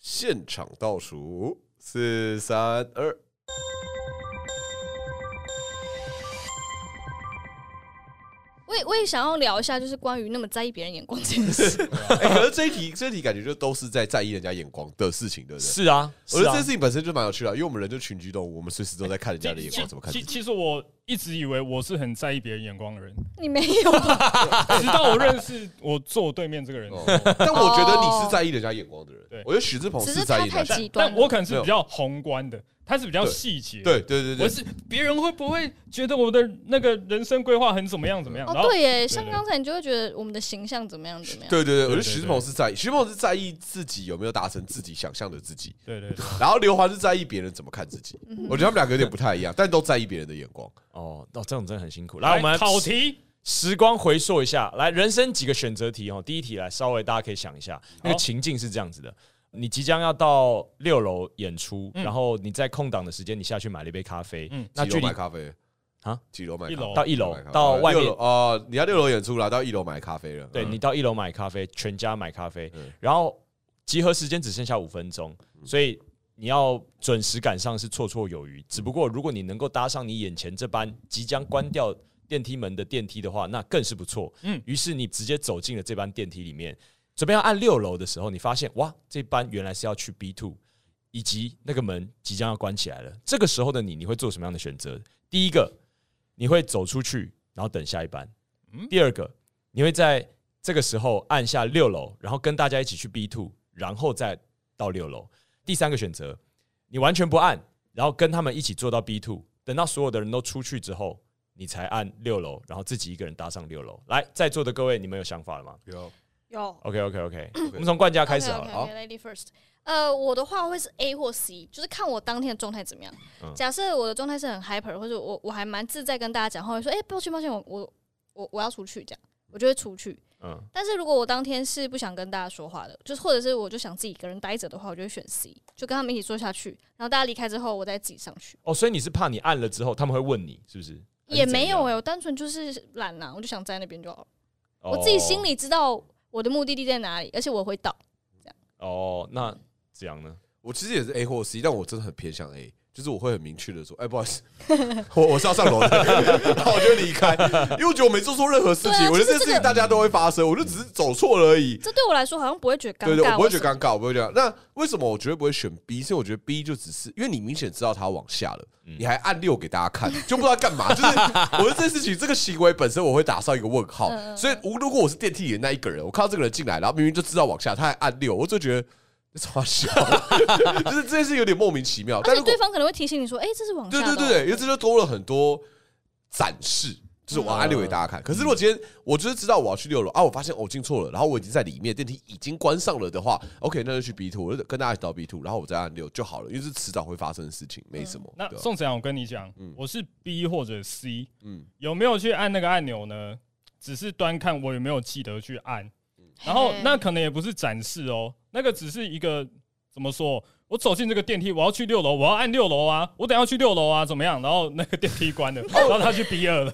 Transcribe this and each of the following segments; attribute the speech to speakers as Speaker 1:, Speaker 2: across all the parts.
Speaker 1: 现场倒数，四、三、 二。
Speaker 2: 我也我也想要聊一下，就是关于那么在意别人眼光这件 事。
Speaker 1: 哎，可是这一题，这一题感觉就都是在在意人家眼光的事情，对不对？
Speaker 3: 是啊，
Speaker 1: 我觉得
Speaker 3: 是
Speaker 1: 这
Speaker 3: 啊
Speaker 1: 件。事情本身就蛮有趣的，因为我们人就群居动物，我们随时都在看人家的 眼光怎么看自
Speaker 4: 其
Speaker 1: 己。
Speaker 4: 其实我一直以为我是很在意别人眼光的 人，
Speaker 2: 你没有 吧？
Speaker 4: 直到我认识我坐我对面这个人，
Speaker 1: 哦但我觉得你是在意人家眼光的人
Speaker 3: 哦
Speaker 4: 对，
Speaker 1: 我觉得许志鹏
Speaker 2: 只
Speaker 1: 是
Speaker 2: 是
Speaker 1: 在
Speaker 2: 他
Speaker 1: 意
Speaker 2: 太
Speaker 1: 人家。
Speaker 2: 极端
Speaker 4: 但
Speaker 2: 了。
Speaker 4: 我可能是比较宏观的，他是比较细节。
Speaker 1: 对，对对
Speaker 4: 我
Speaker 1: 对，
Speaker 4: 是别人会不会觉得我的那个人生规划很怎么样怎么样？然
Speaker 2: 哦，
Speaker 4: 后
Speaker 2: 对耶，像
Speaker 4: 对
Speaker 2: 刚才你就会觉得我们的形象怎么样怎么样。
Speaker 1: 对对对，我觉得
Speaker 4: 对对
Speaker 1: 许志鹏是在意，许志鹏是在意自己有没有达成自己想象的自 己，
Speaker 4: 对对对，
Speaker 1: 然后刘华是在意别人怎么看自己。
Speaker 2: 嗯哼
Speaker 1: 我觉得他们两个有点不太一样，但都在意别人的眼光。
Speaker 3: 哦，那这种真的很辛苦。来，我们
Speaker 4: 考题，
Speaker 3: 时光回溯一下，来人生几个选择题哦。第一题来，稍微大家可以想一下，那个情境是这样子的：你即将要到六楼演出，
Speaker 4: 嗯
Speaker 3: 然后你在空档的时间，你下去买了一杯咖啡，
Speaker 4: 嗯
Speaker 3: 那
Speaker 1: 几
Speaker 3: 距
Speaker 1: 楼
Speaker 3: 离
Speaker 1: 买咖啡
Speaker 3: 啊？
Speaker 1: 几楼买咖啡？
Speaker 4: 一楼
Speaker 3: 到一楼到外面
Speaker 1: 六楼哦，你要六楼演出啦，到一楼买咖啡了。
Speaker 3: 对
Speaker 1: 嗯
Speaker 3: 你到一楼买咖啡，全家买咖啡
Speaker 1: 嗯，
Speaker 3: 然后集合时间只剩下五分钟，所以你要准时赶上是绰绰有余。
Speaker 1: 嗯
Speaker 3: 只不过如果你能够搭上你眼前这班即将关掉电梯门的电梯的话，那更是不错。嗯
Speaker 4: 嗯，
Speaker 3: 于是你直接走进了这班电梯里面，准备要按六楼的时候，你发现哇，这班原来是要去 B two。以及那个门即将要关起来了，这个时候的你，你会做什么样的选择？第一个，你会走出去，然后等下一班；
Speaker 4: 嗯
Speaker 3: 第二个，你会在这个时候按下六楼，然后跟大家一起去 B two，然后再到六楼。第三个选择，你完全不按，然后跟他们一起坐到 B two，等到所有的人都出去之后，你才按六楼，然后自己一个人搭上六楼。来，在座的各位，你们有想法了吗
Speaker 1: 嗯有
Speaker 2: 有。
Speaker 3: ？OK OK OK，我们从冠家开始好了。
Speaker 2: o k lady first。呃，我的话会是 A 或 C，就是看我当天的状态怎么样。
Speaker 3: 嗯
Speaker 2: 假设我的状态是很 hyper，或者我我还蛮自在跟大家讲话，会说哎、抱歉抱歉，我我我我要出去这样，我就会出去。
Speaker 3: 嗯，
Speaker 2: 但是如果我当天是不想跟大家说话的，就是或者是我就想自己一个人待着的话，我就会选 C，就跟他们一起坐下去，然后大家离开之后，我再自己上去。
Speaker 3: 哦，所以你是怕你按了之后他们会问你是不是？还是
Speaker 2: 也没有
Speaker 3: 怎
Speaker 2: 哎、
Speaker 3: 样
Speaker 2: 我单纯就是懒啊啦、我就想在那边就好了。
Speaker 3: 哦
Speaker 2: 我自己心里知道我的目的地在哪里，而且我会到。
Speaker 3: 哦，那这样呢？
Speaker 1: 我其实也是 A 或 C，但我真的很偏向 A，就是我会很明确的说，哎、不好意 思，我我是要上楼的， 然后我就离开，因为我觉得我没做错任何事情，
Speaker 2: 对啊
Speaker 1: 我觉得这件事
Speaker 2: 就是这
Speaker 1: 情
Speaker 2: 个
Speaker 1: 大家都会发生，我就只是走错了而已。
Speaker 2: 这对我来说好像不会觉得尴尬，
Speaker 1: 对对，我不会觉
Speaker 2: 什
Speaker 1: 得尴尬，我不会这样。那为什么我绝对不会选 B？是因为我觉得 B 就只是因为你明显知道它往下了，
Speaker 3: 嗯
Speaker 1: 你还按六给大家看，就不知道干嘛。就是 我的这件事情，这个行为本身我会打上一个问号。
Speaker 2: 嗯
Speaker 1: 所以无如果我是电梯里的那一个人，我看到这个人进来，然后明明就知道往下，他还按六，我就觉得。 超小， 就是这件事有点莫名其妙。但
Speaker 2: 而
Speaker 1: 如
Speaker 2: 且
Speaker 1: 果
Speaker 2: 对方可能会提醒你说：“哎、这是往下
Speaker 1: 对
Speaker 2: 的哦、
Speaker 1: 对对对，因为这就多了很多展示，就是我按
Speaker 3: 嗯
Speaker 1: 六给大家看。可是如果今天我就是知道我要去六楼啊，我发现哦我进错了，然后我已经在里面，电梯已经关上了的话，OK，那就去 B two，我就跟大家一起到 B two，然后我再按六就好了，因为这迟早会发生的事情，没什么。
Speaker 4: 那
Speaker 1: 对吧
Speaker 4: 宋子阳，我跟你讲
Speaker 1: 嗯，
Speaker 4: 我是 B 或者 C，
Speaker 1: 嗯，
Speaker 4: 有没有去按那个按钮呢？只是端看我有没有记得去按，
Speaker 1: 嗯
Speaker 2: 嘿
Speaker 4: 然后那可能也不是展示哦，那个只是一个怎么说？我走进这个电梯，我要去六楼，我要按六楼啊，我等下要去六楼啊，怎么样？然后那个电 梯关了，然后他去 B 二了，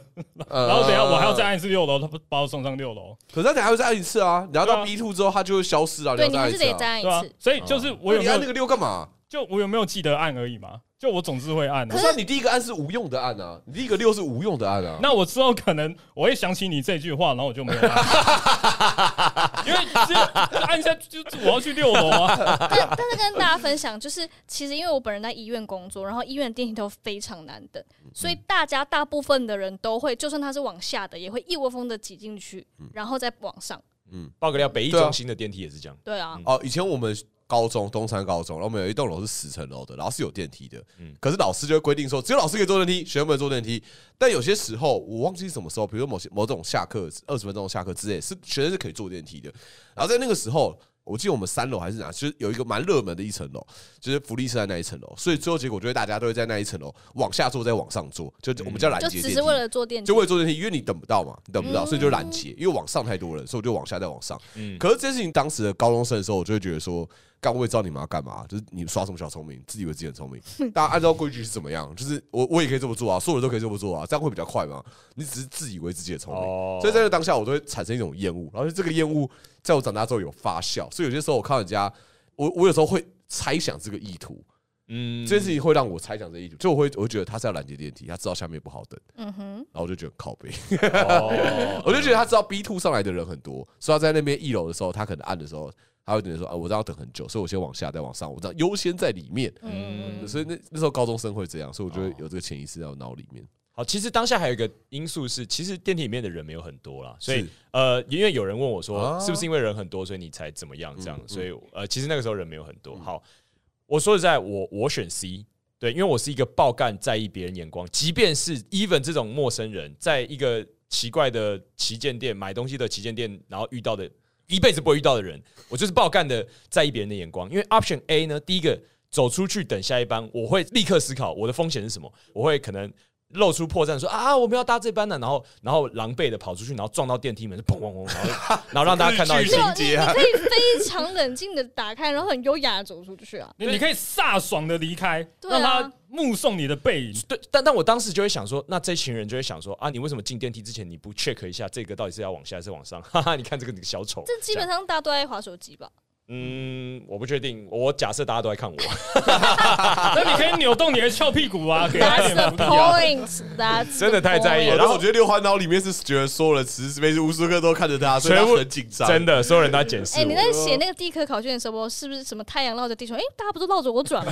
Speaker 1: 哦
Speaker 4: 然后等下我还要再
Speaker 1: 按，
Speaker 4: 按一次六楼，他不把我送上六楼，
Speaker 1: 啊嗯呃可是他等下会再按一次啊，你要
Speaker 4: 对
Speaker 1: 到
Speaker 4: 啊
Speaker 1: B two 之后，它就会消失啊，
Speaker 2: 对
Speaker 1: 你
Speaker 2: 你
Speaker 1: 要再
Speaker 2: 还是
Speaker 1: 按
Speaker 2: 得
Speaker 1: 一次
Speaker 2: 再
Speaker 1: 啊。
Speaker 2: 按一
Speaker 4: 对吧、
Speaker 2: 次。
Speaker 4: 所以就是
Speaker 1: 那
Speaker 4: 我有
Speaker 1: 你
Speaker 4: 没有
Speaker 1: 按那个六干嘛？
Speaker 4: 就我有没有记得按而已嘛，就我总是会按
Speaker 1: 不
Speaker 4: 的。
Speaker 1: 是啊你第一个按是无用的按啊，你第一个六是无用的按啊。
Speaker 4: 那我之后可能我会想起你这句话，然后我就没有按， 因为这按一下就就我要去六楼啊，
Speaker 2: 但但是跟大家分享，就是其实因为我本人在医院工作，然后医院的电梯都非常难等，
Speaker 1: 嗯
Speaker 2: 所以大家大部分的人都会，就算它是往下的，也会一窝蜂的挤进去，
Speaker 1: 嗯
Speaker 2: 然后再往上。
Speaker 3: 报个料，北艺
Speaker 1: 对啊
Speaker 3: 中心的电梯也是这样。
Speaker 2: 对啊，
Speaker 3: 嗯
Speaker 1: 哦，以前我们高中东山高中，然后我们有一栋楼是十层楼的，然后是有电梯的，
Speaker 3: 嗯
Speaker 1: 可是老师就会规定说，只有老师可以坐电梯，学生不能坐电梯。但有些时候，我忘记什么时候，比如某些某种下课二十分钟下课之类，是学生是可以坐电梯的。然后在那个时候。我记得我们三楼还是哪，就是有一个蛮热门的一层楼，就是福利社在那一层楼，所以最后结果就会大家都会在那一层楼往下坐，再往上坐，就我们
Speaker 3: 嗯
Speaker 1: 叫拦
Speaker 2: 就
Speaker 1: 截电
Speaker 2: 只
Speaker 1: 梯。
Speaker 2: 是为了坐电梯
Speaker 1: 就。会坐电梯，因为你等不到嘛，你等不到，
Speaker 2: 嗯
Speaker 1: 所以就拦截。因为往上太多人，所以我就往下再往上。
Speaker 3: 嗯
Speaker 1: 可是这件事情当时的高中生的时候，我就会觉得说，干我也知道你们要干嘛，就是你们耍什么小聪明，自以为自己很聪明。大家按照规矩是怎么样？就是我我也可以这么做啊，所有人都可以这么做啊，这样会比较快嘛。你只是自以为自己很聪明，
Speaker 3: 哦
Speaker 1: 所以在这当下我都会产生一种厌恶，然后就这个厌恶在我长大之后有发酵，所以有些时候我看到人家，我我有时候会猜想这个意图，
Speaker 3: 嗯，
Speaker 1: 这件事情会让我猜想这个意图，就我会我会觉得他是要拦截电梯，他知道下面不好等，
Speaker 2: 嗯哼，
Speaker 1: 然后我就觉得很靠背，
Speaker 3: 哦
Speaker 1: 我就觉得他知道 B two 上来的人很多，所以他在那边一楼的时候，他可能按的时候，他会等说啊，我知道要等很久，所以我先往下再往上，我知道优先在里面，
Speaker 2: 嗯，
Speaker 1: 所以那那时候高中生会这样，所以我觉得有这个潜意识在我脑里面，
Speaker 3: 好，其实当下还有一个因素是，其实电梯里面的人没有很多啦，所以
Speaker 1: 是
Speaker 3: 呃，因为有人问我
Speaker 1: 啊
Speaker 3: 说，是不是因为人很多，所以你才怎么样这样？
Speaker 1: 嗯
Speaker 3: 所以呃，其实那个时候人没有很多。好，我说实在，我我选 C，对，因为我是一个爆干在意别人眼光，即便是 even 这种陌生人，在一个奇怪的旗舰店买东西的旗舰店，然后遇到的一辈子不会遇到的人，我就是爆干的在意别人的眼光。因为 option A 呢，第一个走出去等下一班，我会立刻思考我的风险是什么，我会可能露出破绽说啊，我们要搭这班呢、然后然后狼狈的跑出去，然后撞到电梯门，砰砰砰，然后然后让大家看到一
Speaker 1: 日
Speaker 3: 些
Speaker 1: 剧
Speaker 2: 没
Speaker 1: 情
Speaker 2: 有
Speaker 1: 节
Speaker 2: 你，
Speaker 1: 啊
Speaker 2: 你可以非常冷静的打开，然后很优雅的走出去啊。
Speaker 4: 你你可以飒爽的离开，
Speaker 2: 对啊
Speaker 4: 让他目送你的背影。
Speaker 3: 对，但但我当时就会想说，那这群人就会想说啊，你为什么进电梯之前你不 check 一下这个到底是要往下还是往上？ 哈哈，你看这个你个小丑，
Speaker 2: 这基本
Speaker 3: 样
Speaker 2: 上大家都在划手机 吧？
Speaker 3: 嗯，我不确定，我假设大家都在看我，啊
Speaker 4: 那你可以扭动你的翘屁 股啊，给他一
Speaker 2: That's
Speaker 4: 点
Speaker 2: the
Speaker 4: 不一样。
Speaker 2: point. That's the
Speaker 3: 真的太在意了
Speaker 1: 然
Speaker 2: point
Speaker 3: 哦然
Speaker 1: 后
Speaker 3: 后
Speaker 1: 我觉得六环脑里面是觉得说了，此时每时无时无刻都看着他，所以他
Speaker 3: 全部
Speaker 1: 很紧张，
Speaker 3: 真的，所有人都在检视
Speaker 2: 哎、
Speaker 3: 我。
Speaker 2: 你在写那个地科考卷的时候，是不是什么太阳绕着地球？哎、大家不都绕着我转 吗？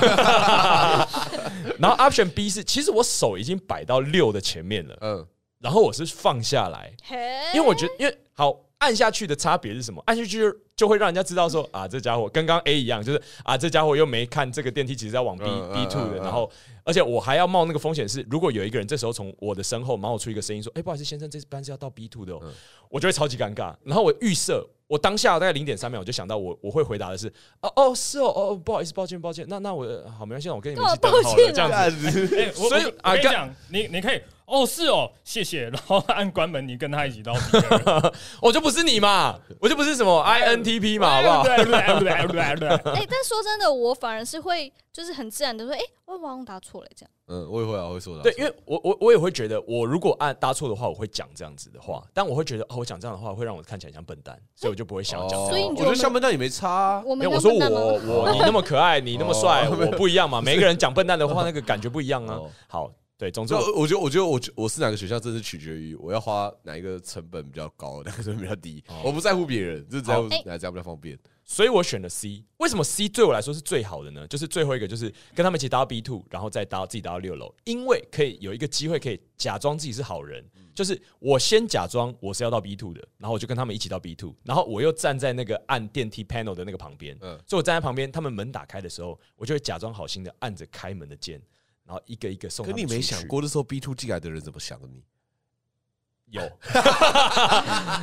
Speaker 3: 然后 option B 是，其实我手已经摆到六的前面了，
Speaker 1: 嗯，
Speaker 3: 然后我是放下来，
Speaker 2: 嘿
Speaker 3: 因为我觉得，因为好按下去的差别是什么？按下去就就会让人家知道说啊，这家伙跟刚刚 A 一样，就是啊，这家伙又没看这个电梯其实在往 B
Speaker 1: 嗯嗯
Speaker 3: B two
Speaker 1: 嗯
Speaker 3: 的，
Speaker 1: 嗯
Speaker 3: 然后而且我还要冒那个风险是，如果有一个人这时候从我的身后冒出一个声音说，哎，不好意思，先生，这班是要到 B two 的
Speaker 1: 嗯
Speaker 3: 哦，我就会超级尴尬。然后我预设。我当下大概零点三秒，我就想到我我会回答的是，哦哦是哦哦不好意思抱歉抱歉，那那我好没关系，我跟你们一起
Speaker 2: 干
Speaker 3: 等
Speaker 2: 嘛抱
Speaker 3: 好了
Speaker 2: 歉啊
Speaker 3: 这样子，
Speaker 1: 子
Speaker 4: 哎，我我
Speaker 3: 所以
Speaker 4: 我
Speaker 3: 啊
Speaker 4: 跟你
Speaker 3: 干
Speaker 4: 讲，你你可以哦，是哦，谢谢， 然后按关门，你跟他 一起到底了。
Speaker 3: 我就不是你嘛，我就不是什么 INTP 嘛，好不好？
Speaker 4: 对对对对对。
Speaker 2: 哎、但说真的，我反而是会就是很自然的说，哎、我好像答错了这样。
Speaker 1: 嗯，我也会啊，我会说的啊，
Speaker 3: 对，因为我我我也会觉得，我如果按搭错的话，我会讲这样子的话，但我会觉得哦，我讲这样的话会让我看起来像笨蛋，所以我就不会想要讲。
Speaker 1: 哦
Speaker 2: 所以你
Speaker 1: 我觉
Speaker 2: 觉得
Speaker 1: 得
Speaker 2: 我们
Speaker 1: 香笨蛋也没差啊，
Speaker 2: 我们
Speaker 3: 没有，我
Speaker 2: 要
Speaker 3: 说
Speaker 2: 笨
Speaker 3: 我
Speaker 2: 蛋吗？
Speaker 3: 我你那么可爱，你那么帅，
Speaker 1: 哦
Speaker 3: 我不一 样嘛。每个人讲笨蛋的话，那个感觉不一样啊
Speaker 1: 哦。
Speaker 3: 好，对，总之
Speaker 1: 就
Speaker 3: 我
Speaker 1: 我觉得，我觉得我我是哪个学校，真是取决于我要花哪一个成本比较高， 哪个成本比较低。我不在乎别人，就只要
Speaker 3: 哦好哎
Speaker 1: 哪家比较方便。
Speaker 3: 所以我选了 C。为什么 C 对我来说是最好的呢？就是最后一个，就是跟他们一起搭到 B two，然后再搭到自己搭到六楼，因为可以有一个机会可以假装自己是好人，
Speaker 1: 嗯
Speaker 3: 就是我先假装我是要到 B two 的，然后我就跟他们一起到 B two，然后我又站在那个按电梯 panel 的那个旁边，
Speaker 1: 嗯
Speaker 3: 所以我站在旁边，他们门打开的时候，我就会假装好心的按着开门的键，然后一个一个送
Speaker 1: 可
Speaker 3: 他们
Speaker 1: 你没
Speaker 3: 出去
Speaker 1: 想过那时候 B two 进来的人怎么想的你？
Speaker 3: 有，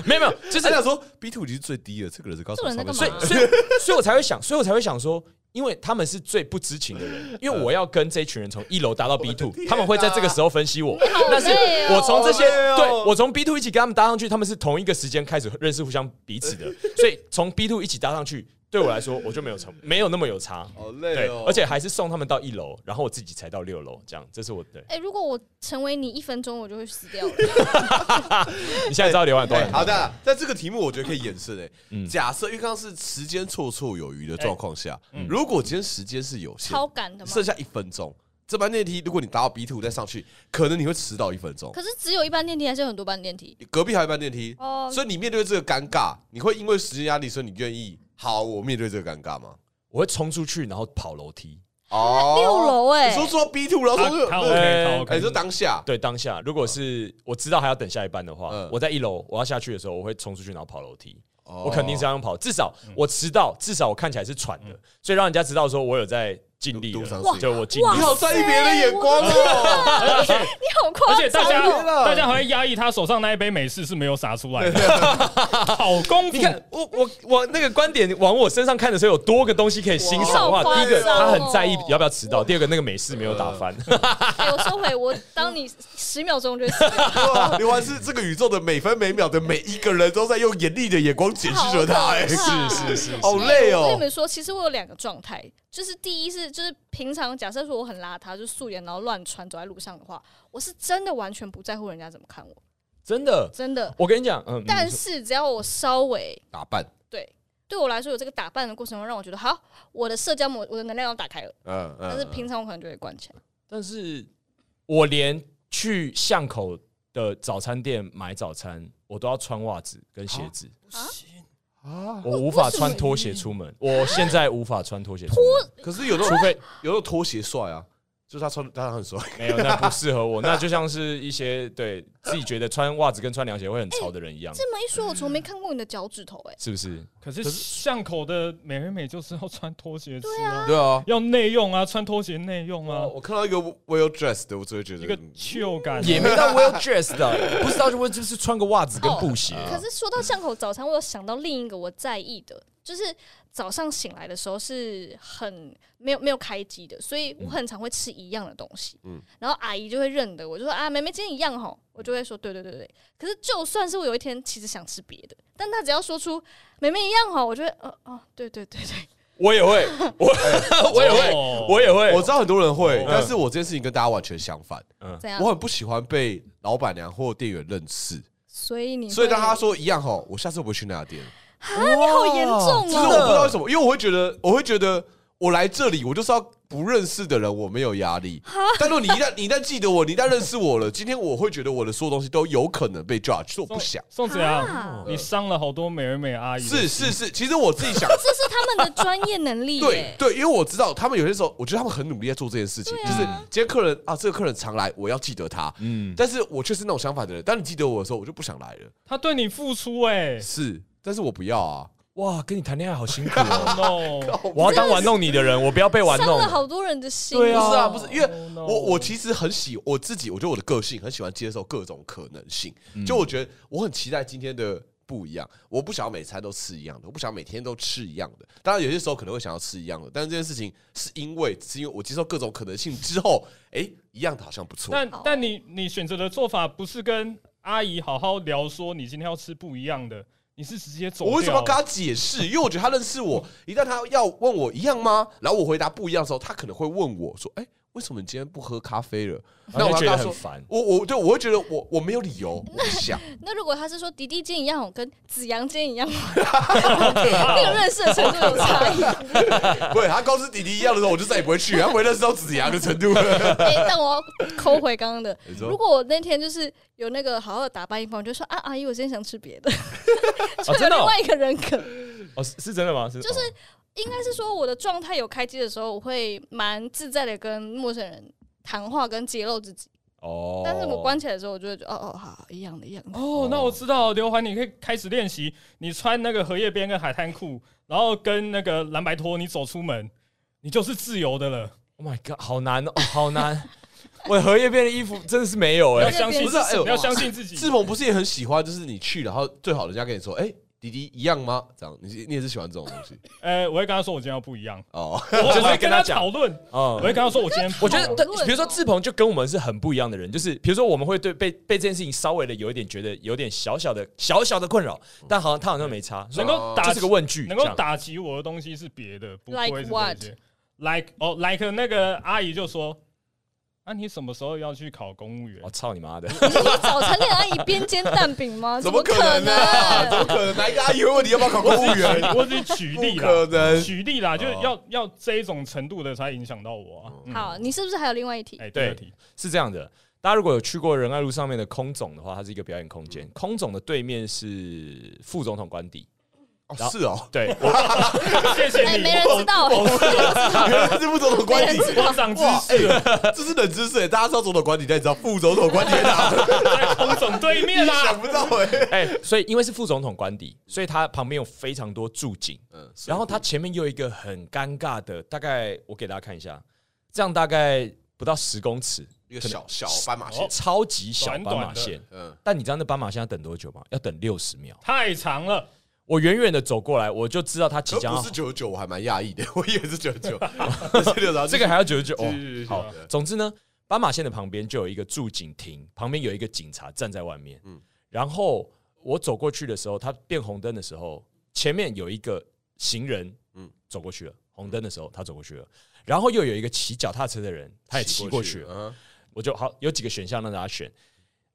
Speaker 3: 没有没有，就
Speaker 1: 就是是想哎说 B two 已经是最低了，这个人是高手
Speaker 2: 这个人在干嘛
Speaker 1: 所以
Speaker 2: 啊
Speaker 3: 所以，所以我才会想，所以我才会想说，因为他们是最不知情的人，因为我要跟这一群人从一楼搭到 B two，他们会在这个时候分析我。但是
Speaker 2: 累哦
Speaker 3: 我从这些，
Speaker 1: 啊好累哦
Speaker 3: 对我从 B two 一起跟他们搭上去，他们是同一个时间开始认识互相彼此的，所以从 B two 一起搭上去，对我来说我就没有成，没有那么有差。
Speaker 1: 好
Speaker 3: 对
Speaker 1: 累哦，，
Speaker 3: 而且还是送他们到一楼，然后我自己才到六楼，这样，这是我对。
Speaker 2: 哎、如果我成为你一分钟，我就会死 掉了。
Speaker 3: 你现在知道刘汉多
Speaker 1: 对，
Speaker 3: 少？
Speaker 1: 哎好的，但这个题目我觉得可以延伸诶、
Speaker 3: 嗯哎
Speaker 1: 假设因为刚刚是时间绰绰有余的状况下，
Speaker 3: 嗯
Speaker 1: 如果今天时间是有限，
Speaker 2: 超赶的嘛
Speaker 1: 剩。下一分钟，这班电梯如果你搭到 B two 再上去，可能你会迟到一分钟。
Speaker 2: 可是只有一班电梯，还是有很多班电梯？
Speaker 1: 隔壁还有一班电梯，
Speaker 2: 哦
Speaker 1: 所以你面对这个尴尬，你会因为时间压力，所以你愿意好我面对这个尴尬吗？
Speaker 3: 我会冲出去，然后跑楼梯。
Speaker 1: 哦
Speaker 2: 啊六楼哎、
Speaker 1: 你说坐 B two，然后
Speaker 4: 他
Speaker 1: 说
Speaker 4: 他
Speaker 1: 哎
Speaker 4: OK，他
Speaker 1: 哎，
Speaker 4: OK。
Speaker 1: 就当下，
Speaker 3: 对，当下如果是我知道还要等下一班的话，
Speaker 1: 嗯
Speaker 3: 我在一楼我要下去的时候，我会冲出去然后跑楼梯。
Speaker 1: 哦嗯
Speaker 3: 我肯定是要用跑，至少我迟到，至少我看起来是喘的，所以让人家知道说我有在尽力
Speaker 1: 读读嗯
Speaker 3: 了
Speaker 1: 上去哇，
Speaker 3: 就我尽
Speaker 2: 哇
Speaker 1: 你
Speaker 3: 力了。
Speaker 1: 好在意别人的眼光哦。
Speaker 4: 而且
Speaker 3: 哎
Speaker 2: 你好
Speaker 4: 而
Speaker 2: 夸
Speaker 4: 且
Speaker 2: 张
Speaker 4: 大
Speaker 1: 糟糕
Speaker 4: 家
Speaker 1: 了
Speaker 4: 大家还会压抑他手上那一杯美式是没有洒出来的， 好功夫
Speaker 3: 你。看我我我那个观点往我身上看的时候，有多个东西可以欣赏哇。
Speaker 2: 哇
Speaker 3: 第一个
Speaker 2: 好夸张
Speaker 3: 他
Speaker 2: 哦
Speaker 3: 很在意要不要迟到，第二个那个美式没有打翻，
Speaker 1: 嗯
Speaker 2: 哎、我收回，我当你十秒钟就会死掉。
Speaker 1: 哇刘环是这个宇宙的每分每秒的每一个人都在用严厉的眼光检视着他，哎，
Speaker 2: 好可怕
Speaker 3: 是是是
Speaker 1: 好累
Speaker 2: 我跟你
Speaker 1: 哦。
Speaker 2: 们说，其实我有两个状态，就是第一是就是平常假设说我很邋遢，就是素颜然后乱穿走在路上的话，我是真的完全不在乎人家怎么看我，
Speaker 3: 真的。
Speaker 1: 哦
Speaker 2: 真的。
Speaker 3: 我跟你讲，嗯，
Speaker 2: 但是只要我稍微
Speaker 1: 打扮
Speaker 2: 对对我来说有这个打扮的过程中，让我觉得好，我的社交模我的能量要打开了。
Speaker 1: 嗯嗯，
Speaker 2: 但是
Speaker 1: 嗯
Speaker 2: 平常我可能就会关起来。
Speaker 3: 但是我连去巷口的早餐店买早餐，我都要穿袜子跟鞋子，
Speaker 1: 啊，
Speaker 3: 我无法穿拖鞋出门。我现在无法穿拖鞋出门，
Speaker 1: 可是有那
Speaker 3: 除
Speaker 1: 种
Speaker 3: 非
Speaker 1: 有那种拖鞋帅啊，就是他穿他很帅，
Speaker 3: 没有，那不适合我。那就像是一些对自己觉得穿袜子跟穿凉鞋会很潮的人一样，
Speaker 2: 这么一说，我从没看过你的脚趾头、哎，
Speaker 3: 是不是？
Speaker 4: 可是巷口的美人美就是要穿拖鞋吃啊，
Speaker 1: 对啊。
Speaker 4: 要内用啊，穿拖鞋内用啊，
Speaker 3: 哦
Speaker 1: 我看到一个 well dressed 的，我只会觉得
Speaker 4: 一个 chill 感啊。
Speaker 3: 也没到 well dressed 的，不知道就会就是穿个袜子跟布鞋。
Speaker 2: 可是说到巷口早餐，我有想到另一个我在意的，就是早上醒来的时候是很没有没有开机的，所以我很常会吃一样的东西。
Speaker 1: 嗯
Speaker 2: 然后阿姨就会认得我，就说啊，妹妹今天一样吼，我就会说对对对对。可是就算是我有一天其实想吃别的，但她只要说出妹妹一样吼，我就会哦哦对对对对，
Speaker 3: 我也会，我我也会，
Speaker 4: 哦
Speaker 3: 我也会。
Speaker 1: 我知道很多人会
Speaker 3: 嗯，
Speaker 1: 但是我这件事情跟大家完全相反，
Speaker 2: 怎样
Speaker 1: 我？很不喜欢被老板娘或店员认识，
Speaker 2: 所以你
Speaker 1: 所以当他
Speaker 2: 他
Speaker 1: 说一样吼，我下次不会去那家店。
Speaker 2: 你好严重
Speaker 1: 其实我
Speaker 2: 哦、
Speaker 1: 不知道为什么，因为我会觉得，我会觉得我来这里，我就是要不认识的人，我没有压力。但如果你一旦你一旦记得我，你一旦认识我了，今天我会觉得我的所有东西都有可能被 judge，所以我不想。
Speaker 4: 宋子阳
Speaker 2: 啊，
Speaker 4: 你伤了好多美人美阿姨。
Speaker 1: 是，是是，其实我自己想，
Speaker 2: 这是他们的专业能力、耶
Speaker 1: 对对，因为我知道他们有些时候，我觉得他们很努力在做这件事情，
Speaker 2: 对
Speaker 1: 就是
Speaker 2: 啊
Speaker 1: 今天客人啊，这个客人常来，我要记得他。
Speaker 3: 嗯，
Speaker 1: 但是我却是那种想法的人，当你记得我的时候，我就不想来了。
Speaker 4: 他对你付出 哎、
Speaker 1: 是，但是我不要啊。
Speaker 3: 哇，跟你谈恋爱好辛苦 哦。
Speaker 4: no，
Speaker 3: 我要当玩弄你的人，我不要被玩
Speaker 2: 伤
Speaker 3: 弄
Speaker 2: 了。好多人的心。哦
Speaker 3: 对
Speaker 1: 不是啊，
Speaker 3: 啊
Speaker 1: 不是，因为
Speaker 4: Oh no
Speaker 1: 我我其实很喜我自己，我觉得我的个性很喜欢接受各种可能性。就我觉得我很期待今天的不一样，我不想要每餐都吃一样的，我不想每天都吃一样的。当然，有些时候可能会想要吃一样的，但是这件事情是因为是因为我接受各种可能性之后，哎，一样的好像不错。
Speaker 4: 但但你你选择的做法不是跟阿姨好好聊，说你今天要吃不一样的，你是直接走掉。
Speaker 1: 我为什么要跟他解释？因为我觉得他认识我，一旦他要问我一样吗？然后我回答不一样的时候，他可能会问我说：“哎、为什么你今天不喝咖啡了？”
Speaker 3: 然后
Speaker 1: 我
Speaker 3: 就
Speaker 1: 要
Speaker 3: 啊
Speaker 1: 跟他
Speaker 3: 觉得很
Speaker 1: 说
Speaker 3: 烦。
Speaker 1: 我我对我会觉得我我没有理由，我不想。
Speaker 2: 那如果他是说迪迪今天一样红，跟子阳今天一样红，那个认识的程度有差异。
Speaker 1: 对他告知弟弟一样的时候，我就再也不会去，他不会认识到子牙的程度了。
Speaker 2: 哎、但我要抠回刚刚的，
Speaker 1: 你说
Speaker 2: 如果我那天就是有那个好好的打扮一番，我就说啊，阿姨，我今天想吃别的，就有
Speaker 3: 真的哦
Speaker 2: 另外一个人格。
Speaker 3: 哦，是是真的吗？是
Speaker 2: 就是应该是说我的状态有开机的时候，我会蛮自在的跟陌生人谈话跟揭露自己，
Speaker 3: 哦，
Speaker 2: 但是我关起来的时候，我就会觉得哦哦好一样的一样的。
Speaker 4: 哦，那我知道了，刘环，你可以开始练习。你穿那个荷叶边跟海滩裤，然后跟那个蓝白拖，你走出门，你就是自由的了。
Speaker 3: Oh my god，好难哦， 好难。我荷叶边的衣服真的是没有
Speaker 4: 要
Speaker 3: 哎，
Speaker 4: 相信
Speaker 2: 不
Speaker 1: 是哎
Speaker 4: 自己，
Speaker 1: 呦
Speaker 4: 你要相信自己。
Speaker 1: 志鹏不是也很喜欢，就是你去，然后最好人家跟你说：“哎、弟弟一样吗？”这样，你是你也是喜欢这种东西
Speaker 4: 呃，我会跟他说我今天要不 一样，
Speaker 1: 哦。
Speaker 4: 我
Speaker 3: 就是
Speaker 4: 我会
Speaker 3: 跟
Speaker 4: 跟
Speaker 3: 他
Speaker 4: 他
Speaker 3: 讲
Speaker 4: 讨论，我
Speaker 3: 嗯。
Speaker 4: 会跟他说我今天不
Speaker 3: 我
Speaker 4: 一
Speaker 3: 觉
Speaker 4: 样。
Speaker 2: 好
Speaker 3: 得，对
Speaker 2: 论哦，
Speaker 3: 比如说志鹏就跟我们是很不一样的人，就是比如说我们会对被被这件事情稍微的有一点觉得有点小小的小小的困扰，但好像他好像没差，
Speaker 4: 能够
Speaker 3: 呃这
Speaker 4: 打
Speaker 3: 是个问句，
Speaker 4: 能
Speaker 3: 这
Speaker 4: 够
Speaker 3: 样
Speaker 4: 打击我的东西是别的，不
Speaker 2: Like
Speaker 4: 会是这
Speaker 2: what？
Speaker 4: 些。Like 哦，like 那个阿姨就说：“啊，你什么时候要去考公务员
Speaker 3: 我哦操你妈的！
Speaker 2: 你是说早餐店阿姨边煎蛋饼吗？
Speaker 1: 怎么
Speaker 2: 啊么
Speaker 1: 可
Speaker 2: 能
Speaker 1: 能呢、啊怎么可能？哪一个阿姨会问你要不要考？”公
Speaker 4: 我只
Speaker 1: 务
Speaker 4: 是
Speaker 1: 员？
Speaker 4: 举我只是举例
Speaker 1: 不可
Speaker 4: 啦，
Speaker 1: 能。
Speaker 4: 举例啦，就是
Speaker 1: 哦
Speaker 4: 要要这一种程度的才影响到我啊。嗯
Speaker 2: 好，你是不是还有另外一题？
Speaker 4: 哎，
Speaker 3: 哦对
Speaker 4: 对，题
Speaker 3: 是这样的，大家如果有去过仁爱路上面的空总的话，它是一个表演空间，空总的对面是副总统官邸。
Speaker 1: 哦是哦，
Speaker 3: 对，我
Speaker 4: 谢谢
Speaker 2: 哎，
Speaker 4: 你，
Speaker 2: 没人知道，
Speaker 1: 原来是副总统官邸。
Speaker 4: 我长知
Speaker 1: 哇，
Speaker 4: 识
Speaker 1: 哎、这是冷知识、哎大家知道总统官邸，但你知道副总统官邸在 哪？
Speaker 4: 在空总对面啊
Speaker 1: 想
Speaker 4: 啦。
Speaker 1: 不到哎、
Speaker 3: 哎、所以因为是副总统官邸，所以它旁边有非常多驻警，
Speaker 1: 嗯，所以
Speaker 3: 然后它前面又有一个很尴尬的，大概我给大家看一下，这样大概不到十公尺，
Speaker 1: 一个小小斑马线
Speaker 4: 哦，
Speaker 3: 超级小斑
Speaker 4: 短
Speaker 3: 马
Speaker 4: 短的
Speaker 3: 线。
Speaker 1: 嗯，
Speaker 3: 但你知道那斑马线要等多久吗？要等六十秒。
Speaker 4: 太长了，
Speaker 3: 我远远的走过来，我就知道它即
Speaker 1: 可
Speaker 3: 将
Speaker 1: 不
Speaker 3: 要
Speaker 1: 是九十九，我还蛮讶异的， 我以为是九十九，是六十
Speaker 3: 这个还要九十九。哦
Speaker 1: 是嗯是
Speaker 3: 好
Speaker 1: 是是，
Speaker 3: 总之呢，斑马线的旁边就有一个驻警亭，旁边有一个警察站在外面。嗯，然后我走过去的时候，他变红灯的时候，前面有一个行人，嗯
Speaker 1: 嗯，
Speaker 3: 走过去了。红灯的时候，他走过去了。然后又有一个骑脚踏车的人，他也骑过去了。
Speaker 1: 嗯
Speaker 3: 我就好有几个选项让大家选。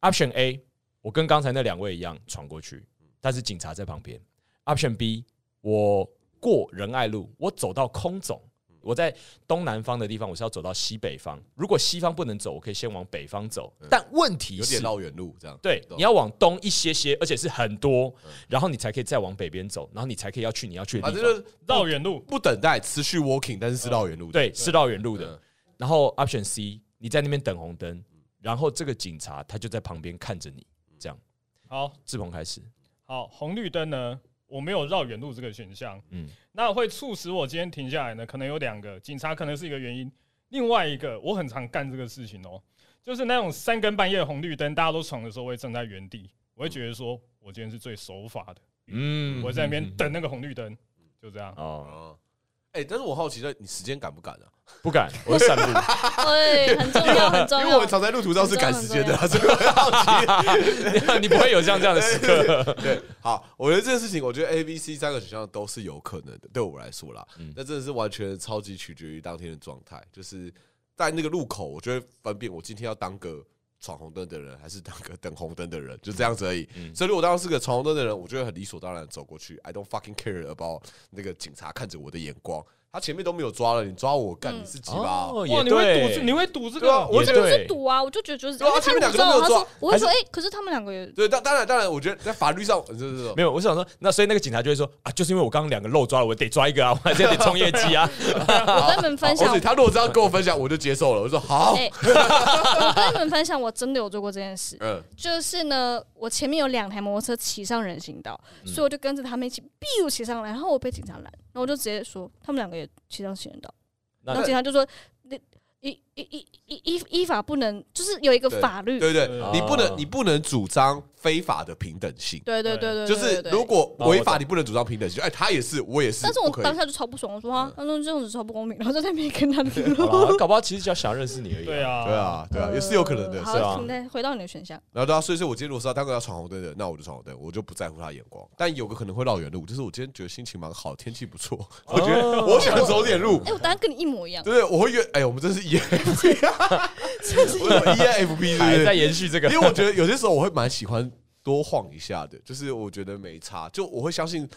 Speaker 3: Option A，我跟刚才那两位一样闯过去，但是警察在旁边。Option B，我过仁爱路，我走到空总，我在东南方的地方，我是要走到西北方。如果西方不能走，我可以先往北方走。但问题
Speaker 1: 嗯有点
Speaker 3: 是，
Speaker 1: 绕远路这样。
Speaker 3: 对，
Speaker 1: 懂嗯
Speaker 3: 你要往东一些些，而且是很多，然后你才可以再往北边走，然后你才可以要去你要去的
Speaker 1: 反
Speaker 3: 地
Speaker 1: 正
Speaker 3: 方。
Speaker 1: 啊就是
Speaker 4: 绕远路，
Speaker 1: 不等待，持续 walking，但是是绕远路的。
Speaker 3: 对，是绕远路
Speaker 1: 嗯
Speaker 3: 的。然后 option C，你在那边等红灯，然后这个警察他就在旁边看着你，这样。
Speaker 4: 好
Speaker 3: 志鹏开始，
Speaker 4: 好红绿灯呢，我没有绕远路这个选项，
Speaker 3: 嗯，
Speaker 4: 那会促使我今天停下来呢，可能有两个，警察可能是一个原因，另外一个我很常干这个事情哦，就是那种三更半夜红绿灯大家都闯的时候，我会站在原地，我会觉得说我今天是最守法的，
Speaker 3: 嗯
Speaker 4: 我在那边等那个红绿灯，就这样。
Speaker 3: 哦，
Speaker 1: 哦，哎，但是我好奇，那你时间赶不赶啊？
Speaker 3: 不敢，我就散 步。
Speaker 2: 对，很重要，很重
Speaker 1: 因为我
Speaker 2: 要
Speaker 1: 们。常在路途上是赶时间的啊，所以我很好奇。
Speaker 3: 你不会有这样这样的时刻。
Speaker 1: 对，好，我觉得这件事情，我觉得 A、B、C 三个选项都是有可能的，对我来说啦，
Speaker 3: 嗯
Speaker 1: 那真的是完全超级取决于当天的状态，就是在那个路口，我就会分辨我今天要当个闯红灯的人，还是当个等红灯的人，就这样子而已。
Speaker 3: 嗯
Speaker 1: 所以如果当时是个闯红灯的人，我就会很理所当然地走过去，I don't fucking care about 那个警察看着我的眼光，他前面都没有抓了，你抓我
Speaker 2: 嗯
Speaker 1: 干你自己吧。
Speaker 4: 哇，
Speaker 3: 哦也
Speaker 4: 你会赌
Speaker 3: 对
Speaker 4: 这，，你会赌这
Speaker 1: 对啊
Speaker 4: 个？
Speaker 1: 我
Speaker 3: 也
Speaker 1: 觉得
Speaker 3: 对，
Speaker 2: 赌啊，我就觉得就是，
Speaker 1: 对啊
Speaker 2: 因为
Speaker 1: 前
Speaker 2: 他
Speaker 1: 面
Speaker 2: 们
Speaker 1: 两个
Speaker 2: 知
Speaker 1: 都没有啊
Speaker 2: 道，他说
Speaker 1: 抓，
Speaker 2: 我会说，哎，可是他们两个也
Speaker 1: 对，当当然当然，我觉得在法律上，是是是，
Speaker 3: 没有，我想说，那所以那个警察就会说啊，就是因为我刚刚两个漏抓了，我得抓一个啊，我还是得冲业绩 啊。
Speaker 2: 我跟你们分
Speaker 1: 而
Speaker 2: 享
Speaker 1: 且，他如果这样跟我分享，我就接受了。我就说好，
Speaker 2: 哎，我跟你们分享，我真的有做过这件事。
Speaker 1: 嗯，
Speaker 2: 就是呢，我前面有两台摩托车骑上人行道，
Speaker 1: 嗯
Speaker 2: 所以我就跟着他们一起 biu 骑上来，然后我被警察拦，然后我就直接说他们两个也骑上行人道，
Speaker 3: 那
Speaker 2: 然后警察就说你依依依依依依法不能，就是有一个法律，
Speaker 1: 对对
Speaker 4: 对，
Speaker 1: 你不
Speaker 3: 哦
Speaker 1: 能你不能主张非法的平等性，
Speaker 2: 对对对对，
Speaker 1: 就是
Speaker 2: 对对
Speaker 1: 如果违
Speaker 3: 哦我
Speaker 1: 法，
Speaker 3: 懂
Speaker 1: 你不能主张平等性。哎，他也是，我也是，
Speaker 2: 但是我
Speaker 1: 不可以嗯
Speaker 2: 当下就超不爽，我说啊，他说这样子超不公平，然后就在那边跟他 评
Speaker 3: 好
Speaker 2: 论。
Speaker 3: 啦搞不好其实只要想认识你而已。
Speaker 4: 对，啊，
Speaker 1: 对，啊，对啊，也是有可能的，
Speaker 2: 嗯好
Speaker 1: 是啊。
Speaker 2: 停在回到你的选项，
Speaker 1: 然后对啊，所以说我今天如果是要当个要闯红灯的，那我就闯红灯，我就不在乎他的眼光。但有个可能会绕远路，就是我今天觉得心情蛮好，天气不错，我觉得我想走点路
Speaker 2: 哎，，我答案跟你一模一样，
Speaker 1: 对，我会约。哎，我们真是 E F P，我有 E F P 是不
Speaker 3: 还
Speaker 1: 是
Speaker 3: 在？延续这个
Speaker 1: 因为我觉得有些时候我会蛮喜欢多晃一下的，就是我觉得没差，就我会相信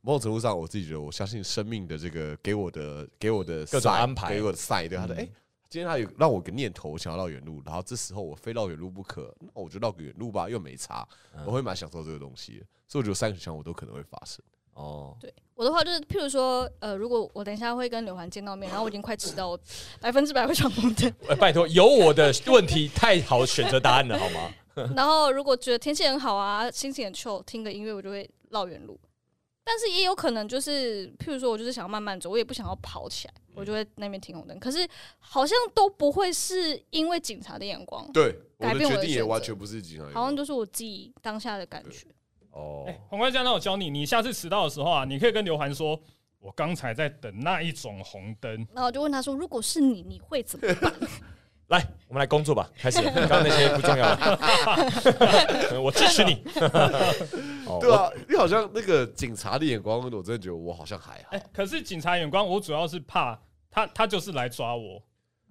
Speaker 1: 某种程度上，我自己觉得我相信生命的这个给我的给我的
Speaker 3: 各种
Speaker 1: sign，
Speaker 3: 安排嗯
Speaker 1: 给我的赛，对他的哎。诶今天他有让我有个念头，我想要绕远路，然后这时候我非绕远路不可，那我就绕个远路吧，又没差，
Speaker 3: 嗯
Speaker 1: 我会蛮享受这个东西的，所以我觉得三个选项我都可能会发生。
Speaker 3: 哦，
Speaker 2: 对我的话就是，譬如说，呃，如果我等一下会跟刘环见到面，然后我已经快迟 到，我百分之百会闯红灯。
Speaker 3: 哎拜托，有我的问题太好选择答案了，好吗？
Speaker 2: 然后如果觉得天气很好啊，心情很 chill，听个音乐我就会绕远路。但是也有可能就是，譬如说我就是想要慢慢走，我也不想要跑起来，
Speaker 1: 嗯
Speaker 2: 我就会那边停红灯。可是好像都不会是因为警察的眼光，
Speaker 1: 对，我
Speaker 2: 改
Speaker 1: 的
Speaker 2: 变我
Speaker 1: 决
Speaker 2: 的
Speaker 1: 定也
Speaker 2: 选
Speaker 1: 完
Speaker 2: 择
Speaker 1: 全不是经常
Speaker 2: 好像
Speaker 1: 有。
Speaker 2: 就是我自己当下的感觉。
Speaker 3: 哦
Speaker 4: 哎、，黄冠江，那我教你，你下次迟到的时候啊，你可以跟刘涵说，我刚才在等那一种红灯。
Speaker 2: 然后我就问他说：“如果是你，你会怎么办
Speaker 3: 来，我们来工作吧，开始了。刚刚那些不重要了， 我支持你。 哦
Speaker 1: 对，啊，你好像那个警察的眼光，我真的觉得我好像还好
Speaker 4: 哎、。可是警察眼光，我主要是怕他，他就是来抓我，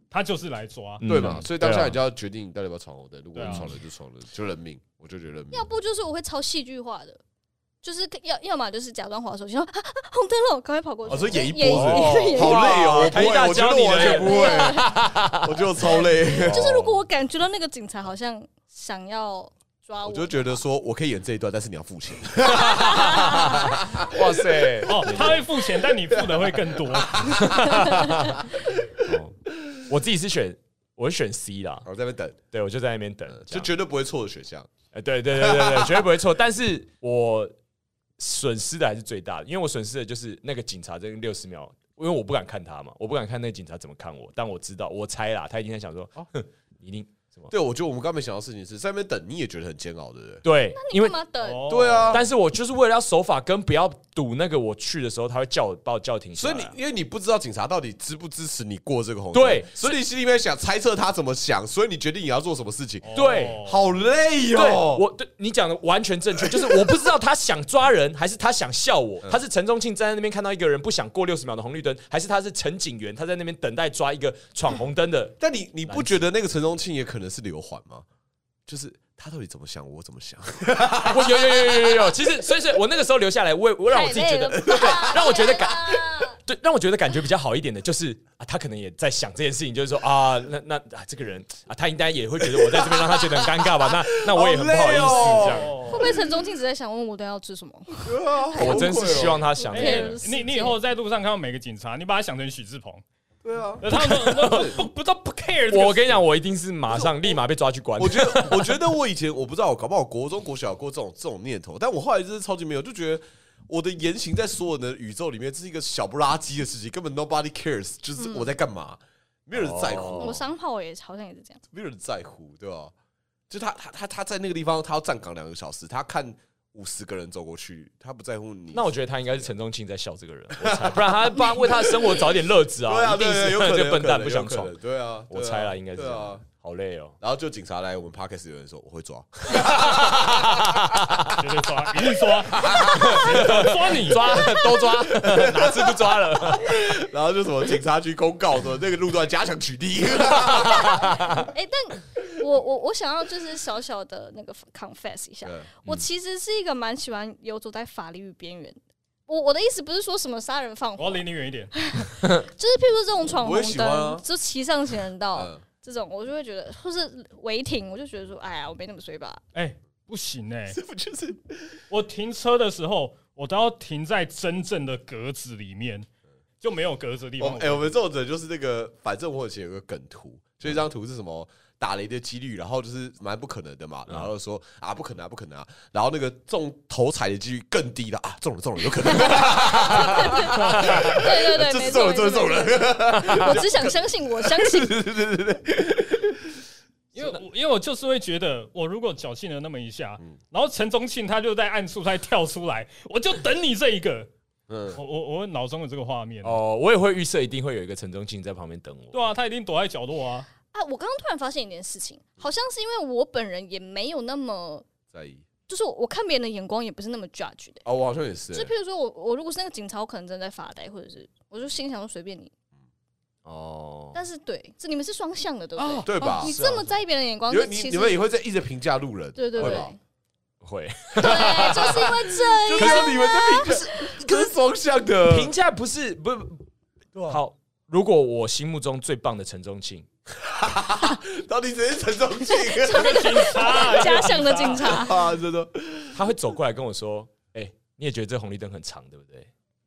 Speaker 4: 他就是来抓。
Speaker 3: 嗯
Speaker 1: 对嘛？所以当
Speaker 3: 对啊
Speaker 1: 下你就要决定你到底要不要闯红灯。如果
Speaker 4: 对啊
Speaker 1: 你闯了就闯了，就认命，我就觉得认命。？”
Speaker 2: 要不就是我会超戏剧化的，就是要要么就是假装滑手机，说、啊啊、红灯了，赶快跑过去。
Speaker 1: 哦所以演一
Speaker 2: 演一
Speaker 1: 波是不
Speaker 2: 演一演一
Speaker 1: 好累哦，我不
Speaker 3: 台大
Speaker 1: 会，我觉
Speaker 3: 教
Speaker 1: 得
Speaker 3: 你
Speaker 1: 我
Speaker 3: 的
Speaker 1: 完全不会，我就超累。
Speaker 2: 就是如果我感觉到那个警察好像想要抓我，
Speaker 1: 我就觉得说我可以演这一段，但是你要付钱。
Speaker 3: 哇塞，
Speaker 4: 哦， 他会付钱，但你付的会更多。
Speaker 3: 哦我自己是选，我是选 C 啦
Speaker 1: 然。后在那边等，
Speaker 3: 对，我就在那边等，这
Speaker 1: 就
Speaker 3: 样
Speaker 1: 绝对不会错的选项。
Speaker 3: 哎，对对对对对，绝对不会错。但是我损失的还是最大的，因为我损失的就是那个警察这六十秒，因为我不敢看他嘛，我不敢看那个警察怎么看我，但我知道，我猜啦，他一定在想说，哦，哼你一定什么？
Speaker 1: 对，我觉得我们刚没想到的事情是在那边等，你也觉得很煎熬，对不对？
Speaker 3: 对，因为
Speaker 2: 干嘛等？
Speaker 4: 哦
Speaker 1: 对，啊，
Speaker 3: 但是我就是为了要守法，跟不要赌那个我去的时候他会叫我把我叫停下
Speaker 1: 所以
Speaker 3: 来啊，
Speaker 1: 你因为你不知道警察到底支不支持你过这个红灯，
Speaker 3: 对
Speaker 1: 所以你心里面想猜测他怎么想，所以你决定你要做什么事情。
Speaker 3: 对
Speaker 1: 好累
Speaker 3: 哦对
Speaker 1: 哦，
Speaker 3: 我对你讲的完全正确，就是我不知道他想抓人还是他想笑我，他是陈忠庆站在那边看到一个人不想过六十秒的红绿灯，还是他是陈警员他在那边等待抓一个闯红灯的？
Speaker 1: 但你你不觉得那个陈宗庆也可能是刘环吗？就是他到底怎么想，我怎么想？
Speaker 3: 我有有有有有有，其实所以所以，我那个时候留下来，我也我让我自己觉得，
Speaker 2: 对
Speaker 3: 让我觉得感对，让我觉得感觉比较好一点的，就是啊，他可能也在想这件事情，就是说啊，那那啊，这个人啊，他应该也会觉得我在这边让他觉得很尴尬吧？那那我也很不好意思
Speaker 1: 好累
Speaker 3: 这样。
Speaker 1: 哦
Speaker 2: 会不会陈忠庆只在想问我都要吃什么？
Speaker 3: 我真是希望他想
Speaker 2: 哎
Speaker 3: 的
Speaker 4: 哎、
Speaker 2: 对是
Speaker 4: 你你以后在路上看到每个警察，你把他想成许志鹏，
Speaker 1: 对啊，
Speaker 4: 那他们都都不不都不 care 这个。
Speaker 3: 我跟你讲，我一定是马上立马被抓去关。
Speaker 1: 我觉得，我觉得我以前我不知道，搞不好国中、国小过这种这种念头，但我后来真是超级没有，就觉得我的言行在所有的宇宙里面，这是一个小不拉几的事情，根本 nobody cares，就是我在干嘛，没有人在乎，
Speaker 3: 嗯哦
Speaker 2: 我商炮也好像也是这样，
Speaker 1: 没有人在乎，对吧？就他他他他在那个地方，他要站岗两个小时，他看五十个人走过去，他不在乎你。
Speaker 3: 那我觉得他应该是陈忠庆在笑这个人，我猜不然他不然为他的生活找点乐子
Speaker 1: 对
Speaker 3: 啊，
Speaker 1: 啊，
Speaker 3: 一定
Speaker 1: 对
Speaker 3: 是
Speaker 1: 对， 有可能
Speaker 3: 这个笨蛋
Speaker 1: 有可能
Speaker 3: 不想闯
Speaker 1: 有可。能对啊，
Speaker 3: 我
Speaker 1: 对啊
Speaker 3: 猜啦，应该是
Speaker 1: 对
Speaker 3: 这
Speaker 1: 啊
Speaker 3: 样。。好累哦，
Speaker 1: 然后就警察来，我们 podcast 有人说我会抓，
Speaker 4: 绝对抓，一定抓，抓你
Speaker 3: 抓都抓，哪次不抓了？
Speaker 1: 然后就什么警察局公告说那个路段加强取缔。
Speaker 2: 哎、但我我我想要就是小小的那个 confess 一下，
Speaker 1: 嗯
Speaker 2: 我其实是一个蛮喜欢游走在法律与边缘的。我我的意思不是说什么杀人放
Speaker 4: 我
Speaker 2: 火，
Speaker 4: 要离你远一点。
Speaker 2: 就是譬如说这种闯
Speaker 1: 我也
Speaker 2: 红
Speaker 1: 喜欢啊
Speaker 2: 灯，就骑上行人道、
Speaker 1: 嗯
Speaker 2: 这种，我就会觉得，或是违停，我就觉得说，哎呀，我没那么衰 吧。
Speaker 4: 哎、不行哎、
Speaker 1: 这不就是
Speaker 4: 我停车的时候，我都要停在真正的格子里面，就没有格子的地
Speaker 1: 我
Speaker 4: 方。
Speaker 1: 们哎、我们这种人就是那个，反正我以前有个梗图，就一张图是什么打雷的几率，然后就是蛮不可能的嘛，
Speaker 3: 嗯
Speaker 1: 然后就说啊不可能啊不可能啊，然后那个中头彩的几率更低了啊中了中了有可能，
Speaker 2: 对对对，
Speaker 1: 这
Speaker 2: 没
Speaker 1: 是
Speaker 2: 错
Speaker 1: 中了中
Speaker 2: 没错
Speaker 1: 了中了
Speaker 2: 没， 错我只想相信，我相信。
Speaker 4: 因为我因为我就是会觉得，我如果侥幸了那么一下，然后陈宗庆他就在暗处他跳出来，我就等你这一个。
Speaker 1: 嗯
Speaker 4: 我我我脑中有这个画面。
Speaker 3: 哦，我也会预设一定会有一个陈忠庆在旁边等我。
Speaker 4: 对啊，他一定躲在角落啊。
Speaker 2: 啊，我刚刚突然发现一件事情，好像是因为我本人也没有那么，
Speaker 1: 在意
Speaker 2: 就是我看别人的眼光也不是那么 judge 的、
Speaker 1: 哦，我好像也是、
Speaker 2: 就譬如说我我如果是那个警察，我可能真的在发呆，或者是我就心想说随便你。
Speaker 3: 哦，
Speaker 2: 但是对，这你们是双向的，对不对？
Speaker 1: 哦对吧？啊
Speaker 2: 你这么在意别人的眼光，
Speaker 1: 因为
Speaker 2: 这
Speaker 1: 你
Speaker 2: 其
Speaker 1: 你们也
Speaker 2: 实
Speaker 1: 会在一直评价路人，
Speaker 2: 对对
Speaker 1: 会
Speaker 2: 对
Speaker 1: 吧
Speaker 3: 会
Speaker 2: 对，就是因为 这
Speaker 1: 可
Speaker 2: 样。啊
Speaker 1: 是你们在评价，可是双向的
Speaker 3: 评价不是不
Speaker 1: 啊
Speaker 3: 好。如果我心目中最棒的陈忠庆，
Speaker 1: 到底谁是陈忠 庆
Speaker 4: 警察、
Speaker 2: 假想的警察，
Speaker 1: 啊？真的，
Speaker 3: 他会走过来跟我说：“哎、你也觉得这红绿灯很长，对不对？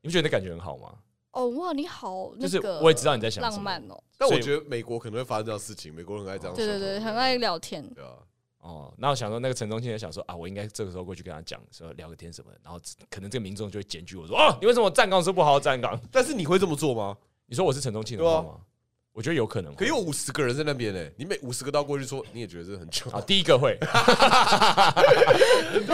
Speaker 3: 你不觉得那感觉很好吗？
Speaker 2: 哦哇，你好，
Speaker 3: 就是
Speaker 2: 那个
Speaker 3: 我也知道你在想什
Speaker 2: 浪
Speaker 3: 么。
Speaker 2: 漫哦，
Speaker 1: 但
Speaker 3: 所
Speaker 1: 我
Speaker 3: 以
Speaker 1: 觉得美国可能会发生这样的事情，美国人很爱这样
Speaker 2: 对
Speaker 1: 哦说，
Speaker 2: 对对，很爱聊天，
Speaker 1: 对啊，
Speaker 3: 哦，那我想说，那个陈忠庆也想说啊，我应该这个时候过去跟他讲，说聊个天什么的，然后可能这个民众就会检举我说啊，你为什么站岗时候不好好站岗？
Speaker 1: 但是你会这么做吗？
Speaker 3: 你说我是陈忠庆的
Speaker 1: 对啊
Speaker 3: 话吗？我觉得有可能
Speaker 1: 可
Speaker 3: 会。
Speaker 1: 有五十个人在那边呢、欸你每五十个刀过去说，你也觉得这很久
Speaker 3: 啊，第一个 会，
Speaker 1: 对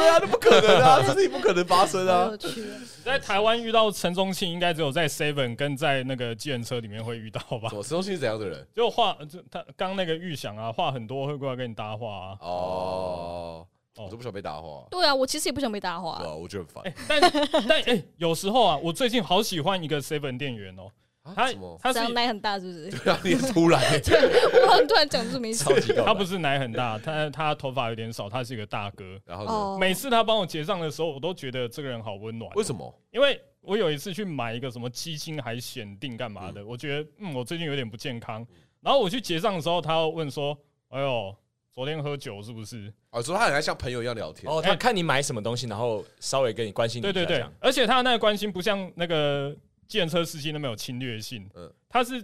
Speaker 1: 啊，那不可能 啊，这是不可能发生
Speaker 2: 好
Speaker 1: 啊
Speaker 2: 有。趣哦。
Speaker 4: 在台湾遇到陈宗庆，应该只有在 Seven 跟在那个计程车里面会遇到 吧
Speaker 1: 什？么？石东信是怎样的人？
Speaker 4: 就话就他刚那个预想啊，话很多会过来跟你搭话啊。
Speaker 1: 哦，
Speaker 4: 哦
Speaker 1: 我都不想被打话，
Speaker 2: 对啊，我其实也不想被搭话
Speaker 1: 对
Speaker 2: 啊，
Speaker 1: 啊，我觉得很
Speaker 4: 哎
Speaker 1: 烦。
Speaker 4: 但但哎、有时候啊，我最近好喜欢一个 Seven 店员哦，
Speaker 1: 啊
Speaker 4: 他
Speaker 1: 什么？
Speaker 4: 他
Speaker 2: 这样
Speaker 4: 是
Speaker 2: 奶很大是不是？
Speaker 1: 对啊，你也突然
Speaker 2: 我好像突然讲出名字，
Speaker 3: 超级高。
Speaker 4: 他不是奶很大，他他头发有点少，他是一个大哥。
Speaker 1: 然后呢？
Speaker 2: 哦，
Speaker 4: 每次他帮我结账的时候，我都觉得这个人好温暖。
Speaker 1: 为什？么？
Speaker 4: 因为我有一次去买一个什么鸡精还显定干嘛的，我觉得嗯，我最近有点不健康。然后我去结账的时候，他要问说：“哎呦，昨天喝酒是不是
Speaker 1: 啊，说他很爱像朋友一样聊天。哎
Speaker 3: 哦，他看你买什么东西，然后稍微跟你关？”心你
Speaker 4: 对
Speaker 3: 一下
Speaker 4: 对
Speaker 3: 这
Speaker 4: 对
Speaker 1: 嗯
Speaker 3: 样。，
Speaker 4: 而且他的那个关心不像那个建车司机那么有侵略性，
Speaker 1: 嗯
Speaker 4: 他是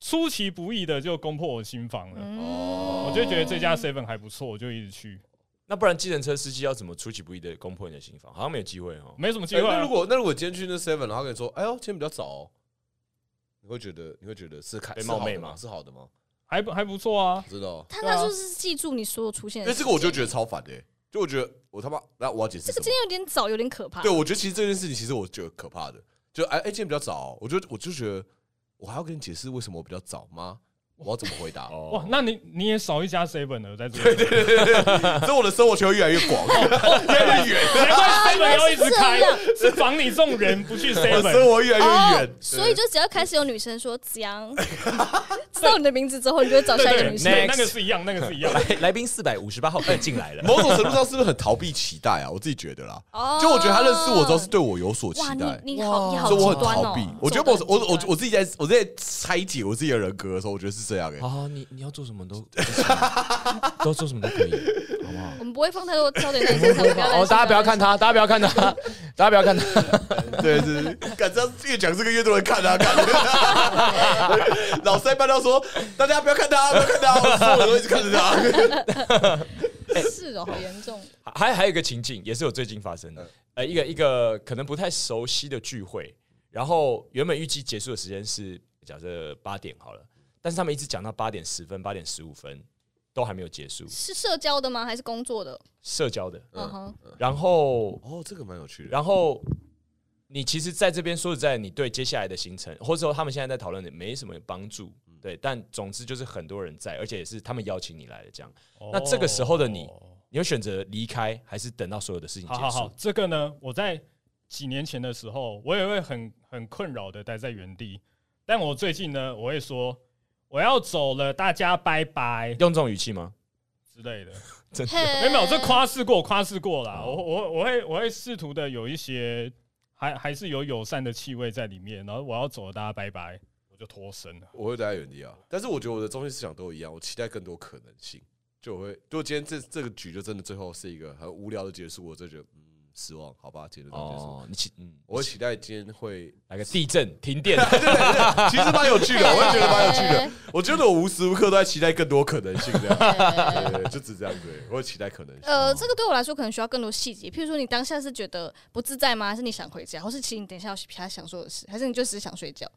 Speaker 4: 出其不意的就攻破我心房了。
Speaker 2: 嗯
Speaker 4: 我就觉得这家 Seven 还不错，我就一直去，
Speaker 3: 那不然计程车司机要怎么出其不意的攻破你的心房？好像没有机会哦。
Speaker 4: 没什么机
Speaker 1: 哎
Speaker 4: 会啊、
Speaker 1: 那如果那如果今天去那 seven，然后跟你说，哎呦，今天比较早哦，你会觉得你会觉得是开
Speaker 3: 被
Speaker 1: 是
Speaker 3: 冒
Speaker 1: 好的
Speaker 3: 昧
Speaker 1: 吗
Speaker 3: 吗
Speaker 1: 是好的吗？
Speaker 4: 还不还不错啊，
Speaker 1: 知道，
Speaker 2: 他
Speaker 4: 对啊
Speaker 2: 那就是记住你所有出现
Speaker 1: 因
Speaker 2: 的
Speaker 1: 为
Speaker 2: 时
Speaker 1: 哎这
Speaker 2: 间，
Speaker 1: 个我就觉得超烦的欸，就我觉得我他妈，那我要解释
Speaker 2: 这
Speaker 1: 什
Speaker 2: 个
Speaker 1: 么
Speaker 2: 今？天有点早，有点可怕。
Speaker 1: 对，我觉得其实这件事情，其实我觉得可哦怕的，就哎哎，今天比较早，我就我就觉得我还要跟你解释为什么我比较早吗？我要怎么回答？
Speaker 4: 哇
Speaker 3: 哦，，
Speaker 4: 那你你也少一家 seven 了，在这里，
Speaker 1: 所以我的生活圈越来越广，越来越远，
Speaker 4: 难怪 seven 要一直开
Speaker 2: 原来，
Speaker 4: 是防你这种人不去
Speaker 1: 我的生
Speaker 4: seven。
Speaker 1: 活越来越远。
Speaker 2: 哦所以就只要开始有女生说子阳，知道你的名字之后，你就会找
Speaker 4: 对
Speaker 2: 下一个
Speaker 4: 对
Speaker 2: 女生。
Speaker 4: 对，
Speaker 3: Next
Speaker 4: 那个是一样，那个是一样。
Speaker 3: 来来宾四百五十八号可以进来了。
Speaker 1: 某种程度上是不是很逃避期待啊？我自己觉得啦，
Speaker 2: 哦
Speaker 1: 就我觉得他认识我之后是对我有所期
Speaker 2: 哇，
Speaker 1: 待。
Speaker 2: 你你好，你好
Speaker 1: 所以我很
Speaker 2: 极端
Speaker 1: 逃
Speaker 2: 哦
Speaker 1: 避，我觉得
Speaker 2: 走
Speaker 1: 我
Speaker 2: 得
Speaker 1: 我
Speaker 2: 很极
Speaker 1: 我
Speaker 2: 端
Speaker 1: 我自己在我在拆解我自己的人格的时候，我觉得是这样哎、
Speaker 3: 好好，你你要做什么都 都做什么都可以，好不好？
Speaker 2: 我们不会放太多焦点在你身上，不要担
Speaker 3: 哦，
Speaker 2: 心
Speaker 3: 大家不要看，他，大家不要 看他，大家不要看他。
Speaker 1: 对对对，感觉越讲这个越多人看他、看他 老塞班到说，大家不要看他，不要看他，我所有人都一直看着他。
Speaker 2: 担心是哦，好严重。
Speaker 3: 还还有一个情境，也是我最近发生
Speaker 4: 嗯
Speaker 3: 的，呃，一个一个可能不太熟悉的聚会，然后原本预计结束的时间是假设八点好了，但是他们一直讲到八点十分、八点十五分，都还没有结束
Speaker 2: 是社交的吗？还是工作的？
Speaker 3: 社交的，
Speaker 2: 嗯哼，
Speaker 3: 然后
Speaker 1: 哦，这个蛮有趣的。
Speaker 3: 然后你其实在这边说实在，你对接下来的行程，或者说他们现在在讨论的没什么帮助，
Speaker 4: 嗯
Speaker 3: 对。但总之就是很多人在，而且也是他们邀请你来的，这样那这个时候的你
Speaker 4: 哦
Speaker 3: 你会选择离开，还是等到所有的事情结
Speaker 4: 好
Speaker 3: 束？
Speaker 4: 好好，这个呢，我在几年前的时候，我也会很很困扰的待在原地，但我最近呢，我会说我要走了，大家拜拜
Speaker 3: 用这种语气吗？
Speaker 4: 之类的。
Speaker 2: 嘿
Speaker 4: 没有没有，这夸饰过，夸饰过啦。我我我会我会试图的有一些还还是有友善的气味在里面，然后我要走了，大家拜拜，我就脱身了。
Speaker 1: 我会待在原地啊，但是我觉得我的中心思想都一样，我期待更多可能性。就我会，如果今天这这个局就真的最后是一个很无聊的结束，我就觉得嗯失望，好吧，今天就这样结束。
Speaker 3: 哦，你期嗯，
Speaker 1: 我会期待今天会，
Speaker 3: 来个地震、停电，
Speaker 1: 其实蛮有趣 的，我也觉得蛮有趣的。我觉得我无时无刻都在期待更多可能性 的，
Speaker 2: 的。
Speaker 1: 对对对，就只这样子而已，我会期待可能性。
Speaker 2: 呃，这个对我来说可能需要更多细节，譬如说你当下是觉得不自在吗？还是你想回家，或是其实你等一下有其他想做的事，还是你就只是想睡觉？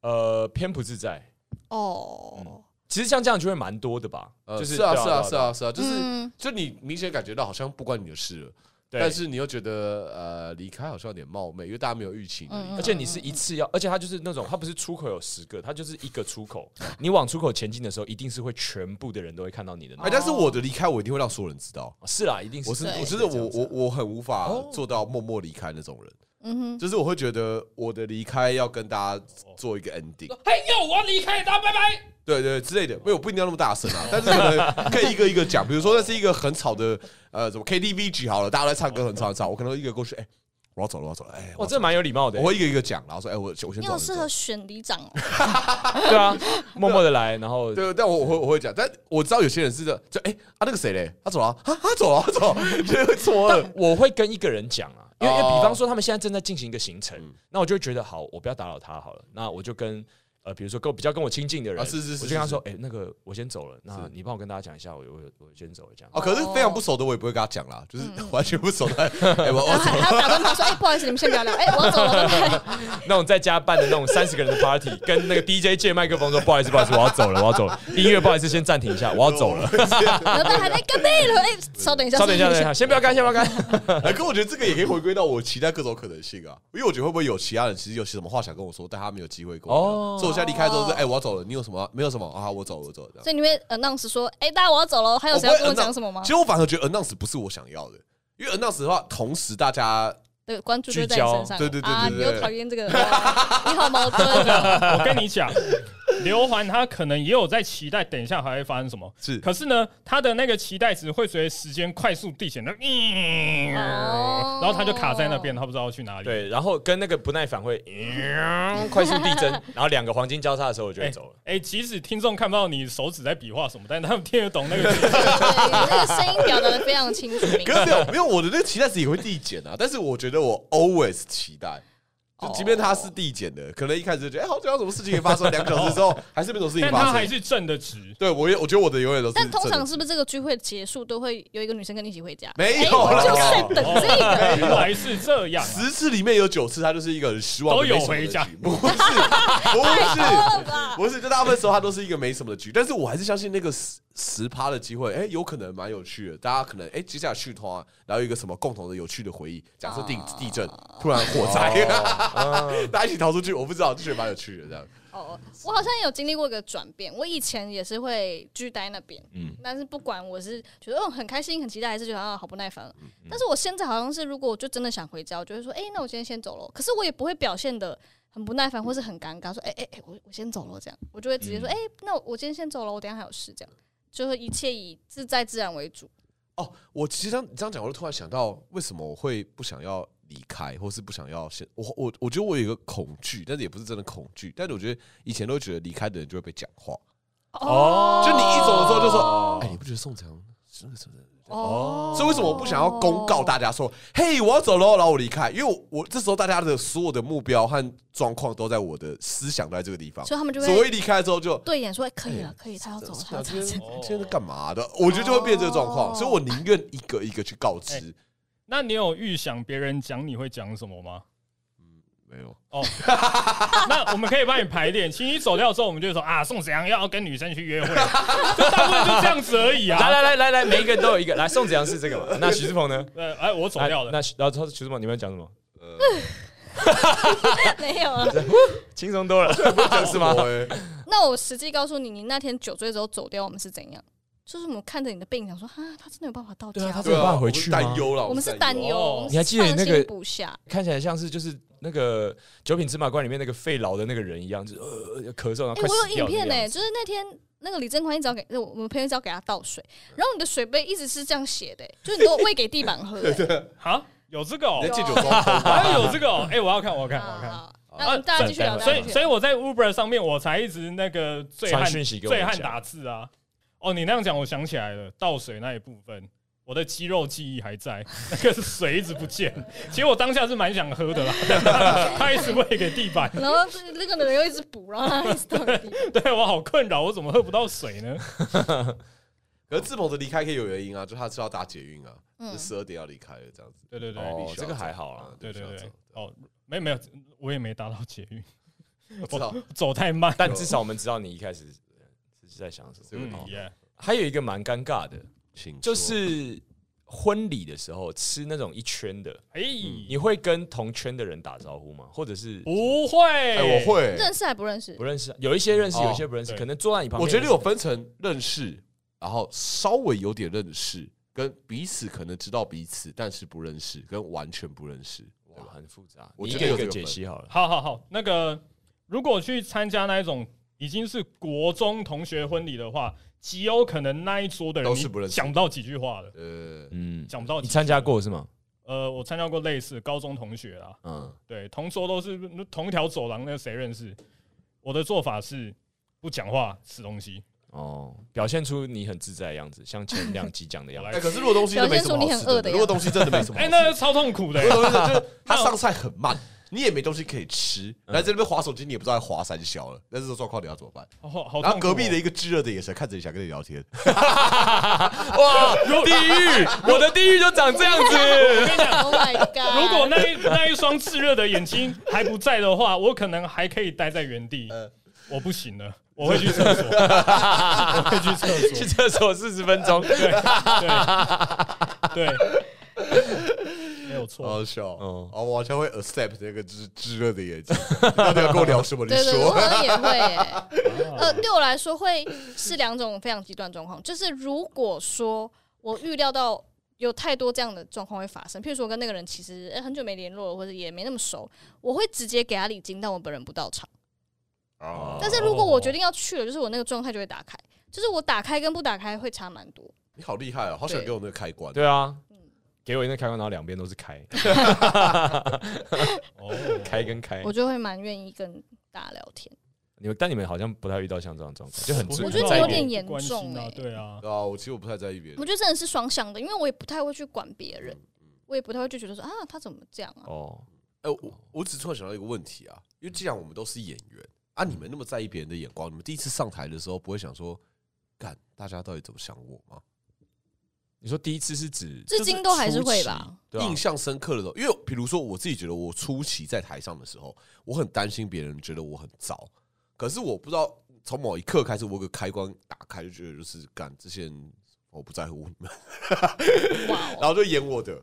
Speaker 3: 呃，偏不自在。
Speaker 2: 哦，
Speaker 3: 其实像这样就会蛮多的吧，
Speaker 1: 呃，
Speaker 3: 就是
Speaker 1: 是啊，
Speaker 3: 对
Speaker 1: 是啊，是，啊，
Speaker 3: 对
Speaker 1: 是啊，就是
Speaker 2: 嗯
Speaker 1: 就你明显感觉到好像不关你的事了，
Speaker 3: 对
Speaker 1: 但是你又觉得呃离开好像有点冒昧，因为大家没有预期你离
Speaker 2: 嗯
Speaker 1: 开。
Speaker 3: 而且你是一次要，而且它就是那种，它不是出口有十个，它就是一个出口。你往出口前进的时候，一定是会全部的人都会看到你的那
Speaker 1: 哎，
Speaker 3: 种。
Speaker 1: 但是我的离开我一定会让所有人知道。
Speaker 3: 是啦，一定是
Speaker 1: 我是
Speaker 2: 对
Speaker 1: 我
Speaker 3: 是
Speaker 1: 真的我我我很无法
Speaker 3: 哦
Speaker 1: 做到默默离开那种人，
Speaker 2: 嗯哼，
Speaker 1: 就是我会觉得我的离开要跟大家做一个 ending，
Speaker 4: 嘿呦，我要离开，大家拜拜。
Speaker 1: 对对之类的，没有不一定要那么大声啊，但是可能可以一个一个讲，比如说那是一个很吵的呃什么 KTV 局好了，大家都在唱歌很吵很吵，我可能会一个过去，哎，我要走了，我要走了，哎，我
Speaker 3: 哇，
Speaker 1: 要走
Speaker 3: 这蛮有礼貌的
Speaker 1: 了
Speaker 3: 欸、
Speaker 1: 我会一个一个讲，然后说，哎，我我先走了，
Speaker 2: 你好适
Speaker 1: 我先走
Speaker 2: 合
Speaker 1: 了
Speaker 2: 选里长哦，
Speaker 3: 对啊，默默的来，然后
Speaker 1: 对，但我我会我会讲，但我知道有些人是这就哎、啊那个谁嘞，他走了啊，啊他走了，他走了，就会错愕
Speaker 3: 但我会跟一个人讲啊，因为因为
Speaker 1: 哦嗯
Speaker 3: 比方说他们现在正在进行一个行程，那我就会觉得好，我不要打扰他好了，那我就跟。呃，比如说跟我比较跟我亲近的人，
Speaker 1: 啊是是是
Speaker 3: 我就跟他
Speaker 1: 是
Speaker 3: 说，哎、那个我先走了，那
Speaker 1: 是
Speaker 3: 你帮我跟大家讲一下，我我我先走了这样。
Speaker 1: 哦，可是非常不熟的我也不会跟他讲啦，就是完全不熟的，哎、我
Speaker 2: 然
Speaker 1: 我
Speaker 2: 后
Speaker 1: 走
Speaker 2: 还
Speaker 1: 了。
Speaker 2: 还要打断他说：“哎，不好意思，你们先不要聊，哎，我要走了。拜拜
Speaker 3: 那种在家办的那种三十个人的 party，跟那个 DJ 借麦克风说，不好意思，不好意思，我要走了，我要走了，音乐不好意思，先暂停一下，我要走了，”
Speaker 2: 然后他还在干杯了，哎，稍等一
Speaker 1: 哦
Speaker 2: 下，
Speaker 3: 稍等一下，稍等一下，先不要干，先不要干。
Speaker 1: 哎，可我觉得这个也可以回归到我期待各种可能性啊，因为我觉得会不会有其他人其实有什么话想跟我说，但他没有机会跟我讲，
Speaker 3: 哦
Speaker 1: 所以我现在离开之后是哎、我要走了，你有什么没有什么啊？我走了我走了这样。
Speaker 2: 所以你会 announce 说：“哎，大家我要走了，还有谁
Speaker 1: 我
Speaker 2: 要
Speaker 1: 不会
Speaker 2: 跟我讲什么吗
Speaker 1: 其实我反而觉得 announce 不是我想要的，因为 announce 的话，同时大家？”
Speaker 2: 对，关注就在你身上。
Speaker 1: 聚焦对对对对
Speaker 2: 啊，你
Speaker 1: 对对
Speaker 2: 又讨厌这个，哇 你好矛 盾哦。
Speaker 4: 我跟你讲，刘环他可能也有在期待，等一下还会发生什么。
Speaker 1: 是
Speaker 4: 可是呢，他的那个期待值会随着时间快速递减的，嗯，
Speaker 2: 哦
Speaker 4: 然后他就卡在那边，他不知道要去哪里。，
Speaker 3: 对，然后跟那个不耐烦会、嗯快速递增，然后两个黄金交叉的时候，我就会
Speaker 4: 哎
Speaker 3: 走了。
Speaker 4: 哎，即使听众看不到你手指在比划什么，但他们听得懂那 个
Speaker 2: 对，那个声音表达的非常清楚明
Speaker 1: 可
Speaker 2: 白。
Speaker 1: 是没有，没有，我的那个期待值也会递减啊。但是我觉得我 always 期待，就即便它是递减的，可能一开始就觉得哎、好想要什么事情可以发生，两个小时之后还是没什么事情
Speaker 4: 但他
Speaker 1: 发
Speaker 4: 还
Speaker 1: 生。
Speaker 4: 是正的值。
Speaker 1: 对我也我觉得我的永远都是
Speaker 2: 但
Speaker 1: 正的，
Speaker 2: 通常是不是这个聚会结束都会有一个女生跟你一起回家？
Speaker 1: 没有
Speaker 2: 哎我就是在
Speaker 1: 啦
Speaker 2: 等这个。
Speaker 4: 原来是这样啊，
Speaker 1: 十次里面有九次他就是一个很失望的
Speaker 4: 都有
Speaker 1: 没什么的
Speaker 4: 回家
Speaker 1: 局不是不是不是，就大部分时候他都是一个没什么的局，但是我还是相信那个十十趴的机会，哎、有可能蛮有趣的，大家可能哎、接下来续团、啊，然后有一个什么共同的有趣的回忆，假
Speaker 4: 哦
Speaker 1: 设地地震突然火灾，大家一起逃出去，我不知道，就觉得蛮有趣的这样。
Speaker 2: 哦，我好像有经历过一个转变。我以前也是会居待那边，
Speaker 3: 嗯
Speaker 2: 但是不管我是觉得哦很开心、很期待，还是觉得啊好不耐烦了。
Speaker 1: 嗯
Speaker 2: 但是我现在好像是，如果我就真的想回家，我就会说，哎、那我今天先走了。可是我也不会表现的很不耐烦或是很尴尬，说，哎哎哎，我我先走了这样，我就会直接说，哎、那我今天先走了，我等一下还有事这样，就是一切以自在自然为主。
Speaker 1: 哦，我其实这样这样讲，我就突然想到，为什么我会不想要离开，或是不想要先我我我觉得我有一个恐惧，但是也不是真的恐惧，但是我觉得以前都觉得离开的人就会被讲话，
Speaker 3: 哦
Speaker 1: 就你一走的时候就说
Speaker 3: 哦，
Speaker 1: 哎、你不觉得宋强是那个什么人？
Speaker 2: 哦
Speaker 1: 所以为什么我不想要公告大家说，嘿，我要走喽，然后我离开？因为我我这时候大家的所有的目标和状况都在我的思想都在这个地方，
Speaker 2: 所以他们就
Speaker 1: 所以我
Speaker 2: 会
Speaker 1: 一离开之后就。
Speaker 2: 对眼说，哎、可以了，可以，他要走了，他要
Speaker 1: 宋强
Speaker 2: 走了。
Speaker 1: 今天今天干嘛的？我觉得就会变这个状况，
Speaker 2: 哦
Speaker 1: 所以我宁愿一个一个去告
Speaker 4: 哎
Speaker 1: 知。
Speaker 4: 那你有预想别人讲你会讲什么 吗？
Speaker 2: 哎
Speaker 1: 没有，
Speaker 4: 那我们可以帮你排练，请你走掉之后，我们就说啊，宋子阳要跟女生去约会，就大部分就这样子而 已
Speaker 3: 来
Speaker 4: 啊。
Speaker 3: 来来来来，每一个人都有一个。来，宋子阳是这个嘛？那徐志鹏呢？
Speaker 4: 呃，哎，我走
Speaker 3: 来
Speaker 4: 掉了。
Speaker 3: 那徐然后他说徐志鹏，你们要讲什么？
Speaker 2: 没有了。
Speaker 3: 轻松 多了，是吗？
Speaker 1: 对
Speaker 2: 那我实际告诉你，你那天酒醉之后走掉，我们是怎样？就是我们看着你的背影，想说啊，他真的有办法到家
Speaker 3: 对啊
Speaker 2: 吗？
Speaker 3: 他真的有办法回去吗
Speaker 1: 担忧了，
Speaker 2: 我们是担忧，
Speaker 4: 哦
Speaker 2: 我们是
Speaker 3: 你还记得你那个
Speaker 2: 放心不下，
Speaker 3: 看起来像是就是那个《九品芝麻官》里面那个肺痨的那个人一样，就是呃呃咳嗽，然
Speaker 2: 哎、
Speaker 3: 后快
Speaker 2: 我有
Speaker 3: 死
Speaker 2: 影
Speaker 3: 掉的
Speaker 2: 片呢、
Speaker 3: 样子。
Speaker 2: 就是那天那个李正宽一直要给我们朋友一直要给他倒水，然后你的水杯一直是这样写的、欸就是你都喂给地板喝、欸。
Speaker 4: 好，有这个 哦
Speaker 1: 你，在借酒装疯 吧。
Speaker 4: 啊，有这个哦。哎，我要看，我要看，我要看。
Speaker 2: 好，啊那我们大家继续聊，
Speaker 3: 啊
Speaker 4: 所
Speaker 2: 大家
Speaker 4: 以，
Speaker 2: 继续
Speaker 4: 所
Speaker 2: 聊
Speaker 4: 以我在 Uber 上面，我才一直那个醉汉
Speaker 3: 传讯息给我
Speaker 4: 醉汉
Speaker 3: 讲
Speaker 4: 打字啊。哦，你那样讲，我想起来了，倒水那一部分，我的肌肉记忆还在，那个水一直不 见。其实我当下是蛮想喝的啦，他一直喂给地 板，
Speaker 2: 然后这那个人又一直补，然后他一直到底
Speaker 4: 对我好困扰，我怎么喝不到水呢？
Speaker 1: 可是志鹏的离开可以有原因啊，就他是要搭捷运啊，
Speaker 2: 嗯
Speaker 1: 十二点要离开了这样子。
Speaker 4: 对对对，
Speaker 3: 哦
Speaker 1: 必须要
Speaker 3: 这个
Speaker 1: 走
Speaker 3: 还好啊
Speaker 1: 嗯
Speaker 4: 对对
Speaker 1: 必须要
Speaker 4: 对
Speaker 1: 走，
Speaker 4: 哦，没有没有，我也没搭到捷运，
Speaker 1: 我知道，
Speaker 4: 走太慢。
Speaker 3: 但至少我们知道你一开始是在想什么。
Speaker 4: 嗯
Speaker 1: 哦
Speaker 4: ，yeah，
Speaker 3: 还有一个蛮尴尬的，
Speaker 1: 请说
Speaker 3: 就是婚礼的时候吃那种一圈的，
Speaker 4: 哎，
Speaker 3: 你会跟同圈的人打招呼吗？或者是
Speaker 4: 不会，
Speaker 1: 哎，我会，
Speaker 2: 认识还不认识
Speaker 3: 不？认识？有一些认识，
Speaker 1: 哦
Speaker 3: 有一些不认识，
Speaker 4: 对
Speaker 3: 可能坐在你旁边。
Speaker 1: 我觉得有分成认识，然后稍微有点认识，跟彼此可能知道彼此，但是不认识，跟完全不认识。
Speaker 3: 哇，很复杂。
Speaker 1: 我
Speaker 3: 你一
Speaker 1: 觉
Speaker 3: 个
Speaker 1: 得有
Speaker 3: 一个
Speaker 1: 这个
Speaker 3: 解析好了。
Speaker 4: 好好好，那个如果去参加那一种已经是国中同学婚礼的话，极有可能那一桌的人
Speaker 1: 都是不认识
Speaker 4: 你讲不到几句话的，
Speaker 1: 呃，
Speaker 3: 嗯，
Speaker 4: 讲不到
Speaker 3: 你
Speaker 4: 几。
Speaker 3: 参加过是吗？
Speaker 4: 呃，我参加过类似高中同学啦，
Speaker 3: 嗯，
Speaker 4: 对，同桌都是同一条走廊，那个谁认识？我的做法是不讲话，吃东西。
Speaker 3: 哦，表现出你很自在的样子，像前两集讲的样
Speaker 4: 我
Speaker 3: 子。
Speaker 4: 来
Speaker 1: 哎，可是如果东西真的没什么好
Speaker 2: 表现
Speaker 1: 吃
Speaker 2: 出你很饿
Speaker 1: 的，
Speaker 2: 的样
Speaker 1: 如
Speaker 2: 子
Speaker 1: 果东西真的没什么
Speaker 4: 哎、
Speaker 1: 好吃
Speaker 4: 那
Speaker 1: 的，
Speaker 4: 个超痛苦的、欸
Speaker 1: 如果东西真的就是他上菜很慢，你也没东西可以吃，来这边划手机，你也不知道在划三小了，那这种状况你要怎么办？
Speaker 4: 好好痛苦、哦
Speaker 1: 然后隔壁的，一个炙热的眼神看着你，想跟你聊天。
Speaker 3: 哇，地狱！我的地狱就长这样子。
Speaker 2: ，Oh my god！
Speaker 4: 如果那一那一双炙热的眼睛还不在的话，我可能还可以待在原地。
Speaker 1: 呃
Speaker 4: 我不行了，我会去厕所，我会去厕所
Speaker 3: 去。厕所四十分钟。
Speaker 4: 对， 没有
Speaker 1: 好
Speaker 4: 错。
Speaker 1: 好笑哦
Speaker 3: 嗯！
Speaker 1: 哦，我好像会 accept 那个炙炙热的眼睛，你到底要跟我聊什么？你
Speaker 2: 对对对，我
Speaker 1: 说
Speaker 2: 好像也会、欸。呃，对我来说会是两种非常极端状况，就是如果说我预料到有太多这样的状况会发生，譬如说我跟那个人其实、呃很久没联络了，或者也没那么熟，我会直接给他礼金，但我本人不到场。
Speaker 1: 啊
Speaker 2: 但是如果我决定要去了，就是我那个状态就会打开，就是我打开跟不打开会差蛮多。
Speaker 1: 你好厉害啊！好想给我那个开关。
Speaker 3: 对啊
Speaker 2: 嗯，
Speaker 3: 给我一个开关，然后两边都是开，
Speaker 4: 哦，
Speaker 3: 开跟开
Speaker 2: 我。就会蛮愿意跟大家聊天。
Speaker 3: 你们但你们好像不太遇到像这种状况，就很
Speaker 2: 我
Speaker 3: 尊
Speaker 2: 觉得
Speaker 3: 在
Speaker 2: 有点
Speaker 3: 意别人
Speaker 2: 严
Speaker 4: 关
Speaker 2: 重
Speaker 4: 心啊
Speaker 2: 欸
Speaker 4: 对啊，
Speaker 1: 啊，我其实我不太在意别人
Speaker 2: 我。觉得真的是双向的，因为我也不太会去管别人，我也不太会去觉得说啊他怎么这样啊，
Speaker 3: 哦，
Speaker 1: 哎，我我只是突然想到一个问题啊，因为既然我们都是演员啊，你们那么在意别人的眼光，你们第一次上台的时候不会想说，干大家到底怎么想我吗？
Speaker 3: 你说第一次是指
Speaker 2: 至今都还是会吧。
Speaker 3: 就是初期？对啊
Speaker 1: 印象深刻的时候，因为比如说我自己觉得我初期在台上的时候，我很担心别人觉得我很糟，可是我不知道从某一刻开始，我有个开关打开，就觉得就是干这些人我不在乎你们，
Speaker 2: 哇、哦
Speaker 1: 然后就演我的。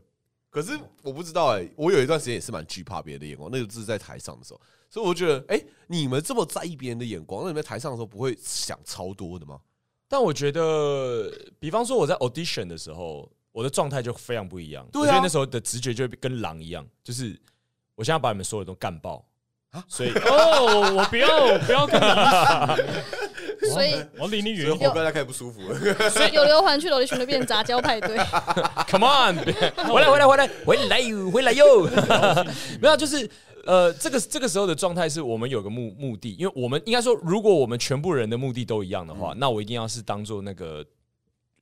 Speaker 1: 可是我不知道哎、我有一段时间也是蛮惧怕别人的眼光，那个就是在台上的时候，所以我觉得，哎、你们这么在意别人的眼光，那你们在台上的时候不会想超多的吗？
Speaker 3: 但我觉得，比方说我在 audition 的时候，我的状态就非常不一样。
Speaker 1: 对啊
Speaker 3: 我觉得那时候的直觉就会跟狼一样，就是我现在把你们所有人都干爆
Speaker 1: 啊
Speaker 3: 所以
Speaker 4: 哦，我不要，我不要跟你，
Speaker 2: 所以
Speaker 4: 我离 你
Speaker 1: 所
Speaker 4: 远
Speaker 1: 以
Speaker 4: 一
Speaker 1: 后
Speaker 4: 点。
Speaker 1: 边大家开始不舒服了。
Speaker 2: 所以有刘环去楼里群就变成杂交派对，
Speaker 3: Come on，别回来回来回来回来哟回来哟， 没有就是。呃，这个这个时候的状态是我们有个目目的，因为我们应该说，如果我们全部人的目的都一样的
Speaker 1: 嗯
Speaker 3: 话，那我一定要是当做那个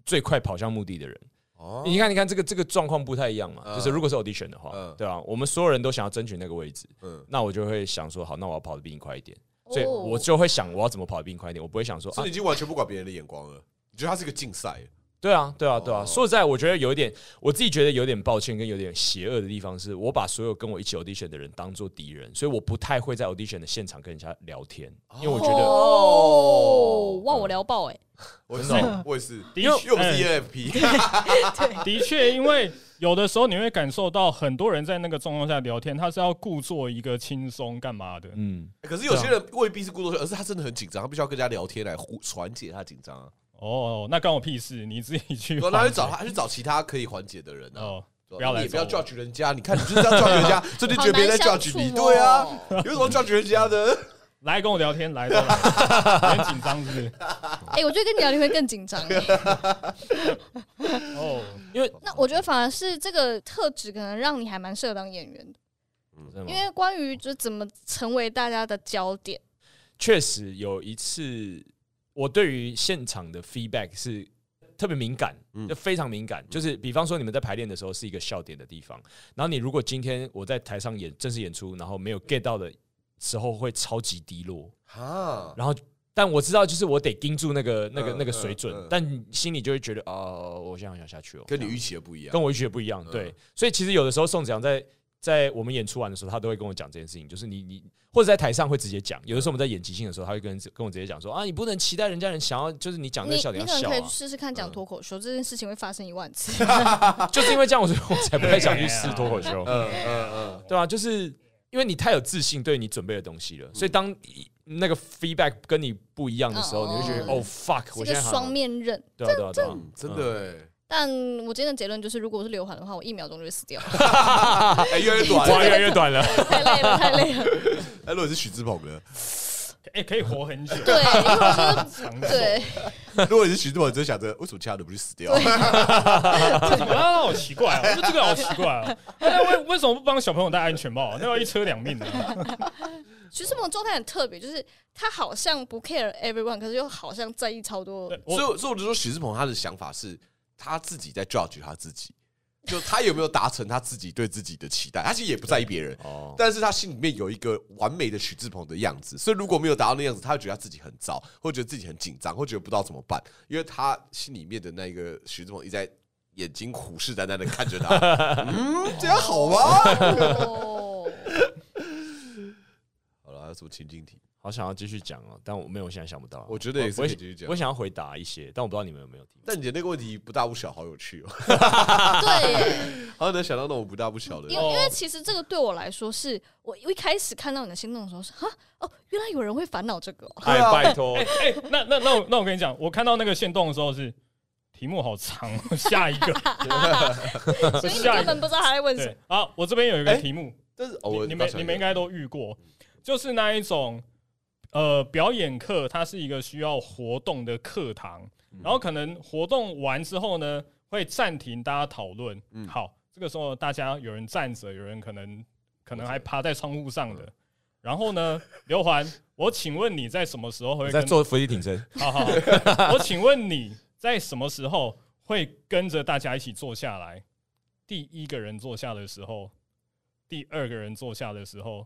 Speaker 3: 最快跑向目的的人。
Speaker 1: 哦
Speaker 3: 你看，你看这个这个状况不太一样嘛，
Speaker 1: 嗯
Speaker 3: 就是如果是 audition 的话，
Speaker 1: 嗯
Speaker 3: 对啊，我们所有人都想要争取那个位置，
Speaker 1: 嗯，
Speaker 3: 那我就会想说，好，那我要跑得比你快一点，所以
Speaker 2: 哦
Speaker 3: 我就会想我要怎么跑得比你快一点，我不会想说啊
Speaker 1: 所以，你已经完全不管别人的眼光了，你觉得它是一个竞赛？欸
Speaker 3: 对啊，对啊，对啊。
Speaker 1: 哦
Speaker 3: 说实在，我觉得有一点，我自己觉得有点抱歉跟有点邪恶的地方是，我把所有跟我一起 audition 的人当做敌人，所以我不太会在 audition 的现场跟人家聊天，因为我觉得。嗯
Speaker 2: 哦，哇，我聊爆哎、
Speaker 1: 我也是啊
Speaker 3: 真的哦，
Speaker 1: 我也是，
Speaker 4: 的
Speaker 1: 因为
Speaker 4: 确
Speaker 1: 因为我们是 E ENFP，
Speaker 4: 的确，因为有的时候你会感受到很多人在那个状况下聊天，他是要故作一个轻松干嘛的。
Speaker 3: 嗯，
Speaker 1: 可是有些人未必是故作，而是他真的很紧张，他必须要跟人家聊天来缓缓解他紧张啊。
Speaker 4: 哦，那关我屁事，你自己去。
Speaker 1: 对啊，那去找他，去找其他可以缓解的人啊。
Speaker 4: 哦，
Speaker 1: 对啊
Speaker 4: 不要来
Speaker 1: 你也不要
Speaker 4: 找我
Speaker 1: judge 人家，你看你就是这样 judge 人家，所以你觉得别人在
Speaker 2: 好难
Speaker 1: judge
Speaker 2: 相
Speaker 1: 你，
Speaker 2: 处哦
Speaker 1: 对啊，有什么 judge 人家的？
Speaker 4: 来跟我聊天，来，都来你很紧张是不是？
Speaker 2: 哎、我觉得跟你聊天会更紧张、 欸。
Speaker 4: 哦，
Speaker 2: 那我觉得反而是这个特质可能让你还蛮适合当演员的，
Speaker 3: 真的吗
Speaker 2: 因为关于就是怎么成为大家的焦点，
Speaker 3: 确实有一次，我对于现场的 feedback 是特别敏感，
Speaker 1: 嗯
Speaker 3: 就非常敏感。就是比方说你们在排练的时候是一个笑点的地方，然后你如果今天我在台上演正式演出，然后
Speaker 1: 嗯
Speaker 3: 没有 get 到的时候，会超级低落。
Speaker 1: 啊，
Speaker 3: 然后，但我知道就是我得盯住那个那个
Speaker 1: 嗯
Speaker 3: 那个水准，
Speaker 1: 嗯嗯
Speaker 3: 但心里就会觉得哦、我想想下去哦，
Speaker 1: 跟你预期的不一样
Speaker 3: 跟。我预期的不一样，对
Speaker 1: 嗯。
Speaker 3: 所以其实有的时候宋子阳在在我们演出完的时候，他都会跟我讲这件事情，就是你你或者在台上会直接讲，有的时候我们在演即兴的时候，他会跟跟我直接讲说啊，你不能期待人家人想要就是你讲
Speaker 2: 你
Speaker 3: 这个笑
Speaker 2: 你
Speaker 3: 点
Speaker 2: 可
Speaker 3: 要
Speaker 2: 能
Speaker 3: 笑
Speaker 2: 可以
Speaker 3: 啊
Speaker 2: 去，试试看讲脱口秀、这件事情会发生一万次。
Speaker 3: 啊就是因为这样，我所以 我才不太想去试脱口秀，
Speaker 1: 嗯嗯
Speaker 3: 对啊，就是因为你太有自信对你准备的东西
Speaker 1: 嗯
Speaker 3: 了，所以当那个 feedback 跟你不一样的时候，
Speaker 2: 嗯
Speaker 3: 你会觉
Speaker 2: 嗯
Speaker 3: 得哦 fuck，
Speaker 2: 是
Speaker 3: 我现
Speaker 2: 个
Speaker 3: 在好
Speaker 2: 双
Speaker 3: 像
Speaker 2: 面刃。
Speaker 3: 对啊对啊对啊
Speaker 1: 嗯，，真的
Speaker 2: 但我今天的结论就是，如果我是刘涵的话，我一秒钟就会 死掉，
Speaker 1: 哎，哎，越来越短
Speaker 3: 哇，
Speaker 1: 了。
Speaker 3: 越来越短了。
Speaker 2: 太累了，太 累了。
Speaker 1: 哎，如果你是许志鹏呢？
Speaker 4: 哎，可以活很久，
Speaker 2: 对，因为我觉
Speaker 4: 长
Speaker 2: 得对，
Speaker 1: 如果你是许志鹏，你就想着为什么其他人不去死掉？
Speaker 4: 为什么啊？好奇怪啊！我觉得这个好奇怪啊！那为为什么不帮小朋友戴安全帽啊？那要一车两命呢？
Speaker 2: 徐志摩状态很特别，就是他好像不 care everyone，可是又好像在意超多。
Speaker 4: 对
Speaker 1: 所以
Speaker 4: 我
Speaker 1: 我所以我就说许志鹏他的想法是他自己在 judge 他自己，就他有没有达成他自己对自己的期待，他其实也不在意别人。
Speaker 3: 哦，
Speaker 1: 但是他心里面有一个完美的许志鹏的样子，所以如果没有达到那样子，他会觉得他自己很糟，或觉得自己很紧张，或觉得不知道怎么办，因为他心里面的那个许志鹏一直在眼睛虎视眈眈的看着 他，嗯，这样好吗？
Speaker 2: 哦，
Speaker 1: 好了，还有什么情境题？
Speaker 3: 好想要继续讲哦，但我没有，我现在想不到。
Speaker 1: 我觉得也是
Speaker 3: 我
Speaker 1: 可以继续讲
Speaker 3: 我想要回答一些，但我不知道你们有没有听。
Speaker 1: 但你的那个问题不大不小，好有趣哦，
Speaker 2: 对耶，
Speaker 1: 好像能想到那种不大不小的
Speaker 2: 因为因为其实这个对我来说是，我一开始看到你的心动的时候是哈哦，原来有人会烦恼这个、 哦。
Speaker 1: 对啊
Speaker 3: 拜托，
Speaker 4: 哎，那那那我那我跟你讲，我看到那个线动的时候是题目好长哦， 下一个，
Speaker 2: 所以你
Speaker 4: 下
Speaker 2: 根
Speaker 4: 一个
Speaker 2: 本不知道他在问什么
Speaker 4: 对。啊，我这边有一个
Speaker 1: 哎
Speaker 4: 题目，
Speaker 1: 但是哦，
Speaker 4: 你
Speaker 1: 我
Speaker 4: 你们你们应该都遇过，就是那一种呃表演课，它是一个需要活动的课堂，
Speaker 1: 嗯
Speaker 4: 然后可能活动完之后呢，会暂停大家讨论。
Speaker 1: 嗯
Speaker 4: 好，这个时候大家有人站着，有人可能可能还趴在窗户上
Speaker 1: 嗯
Speaker 4: 的。然后呢，刘环，我请问你在什么时候会
Speaker 3: 我
Speaker 4: 跟
Speaker 3: 在做伏地挺身。
Speaker 4: 好好，好我请问你在什么时候会跟着大家一起坐下来？第一个人坐下的时候，第二个人坐下的时候，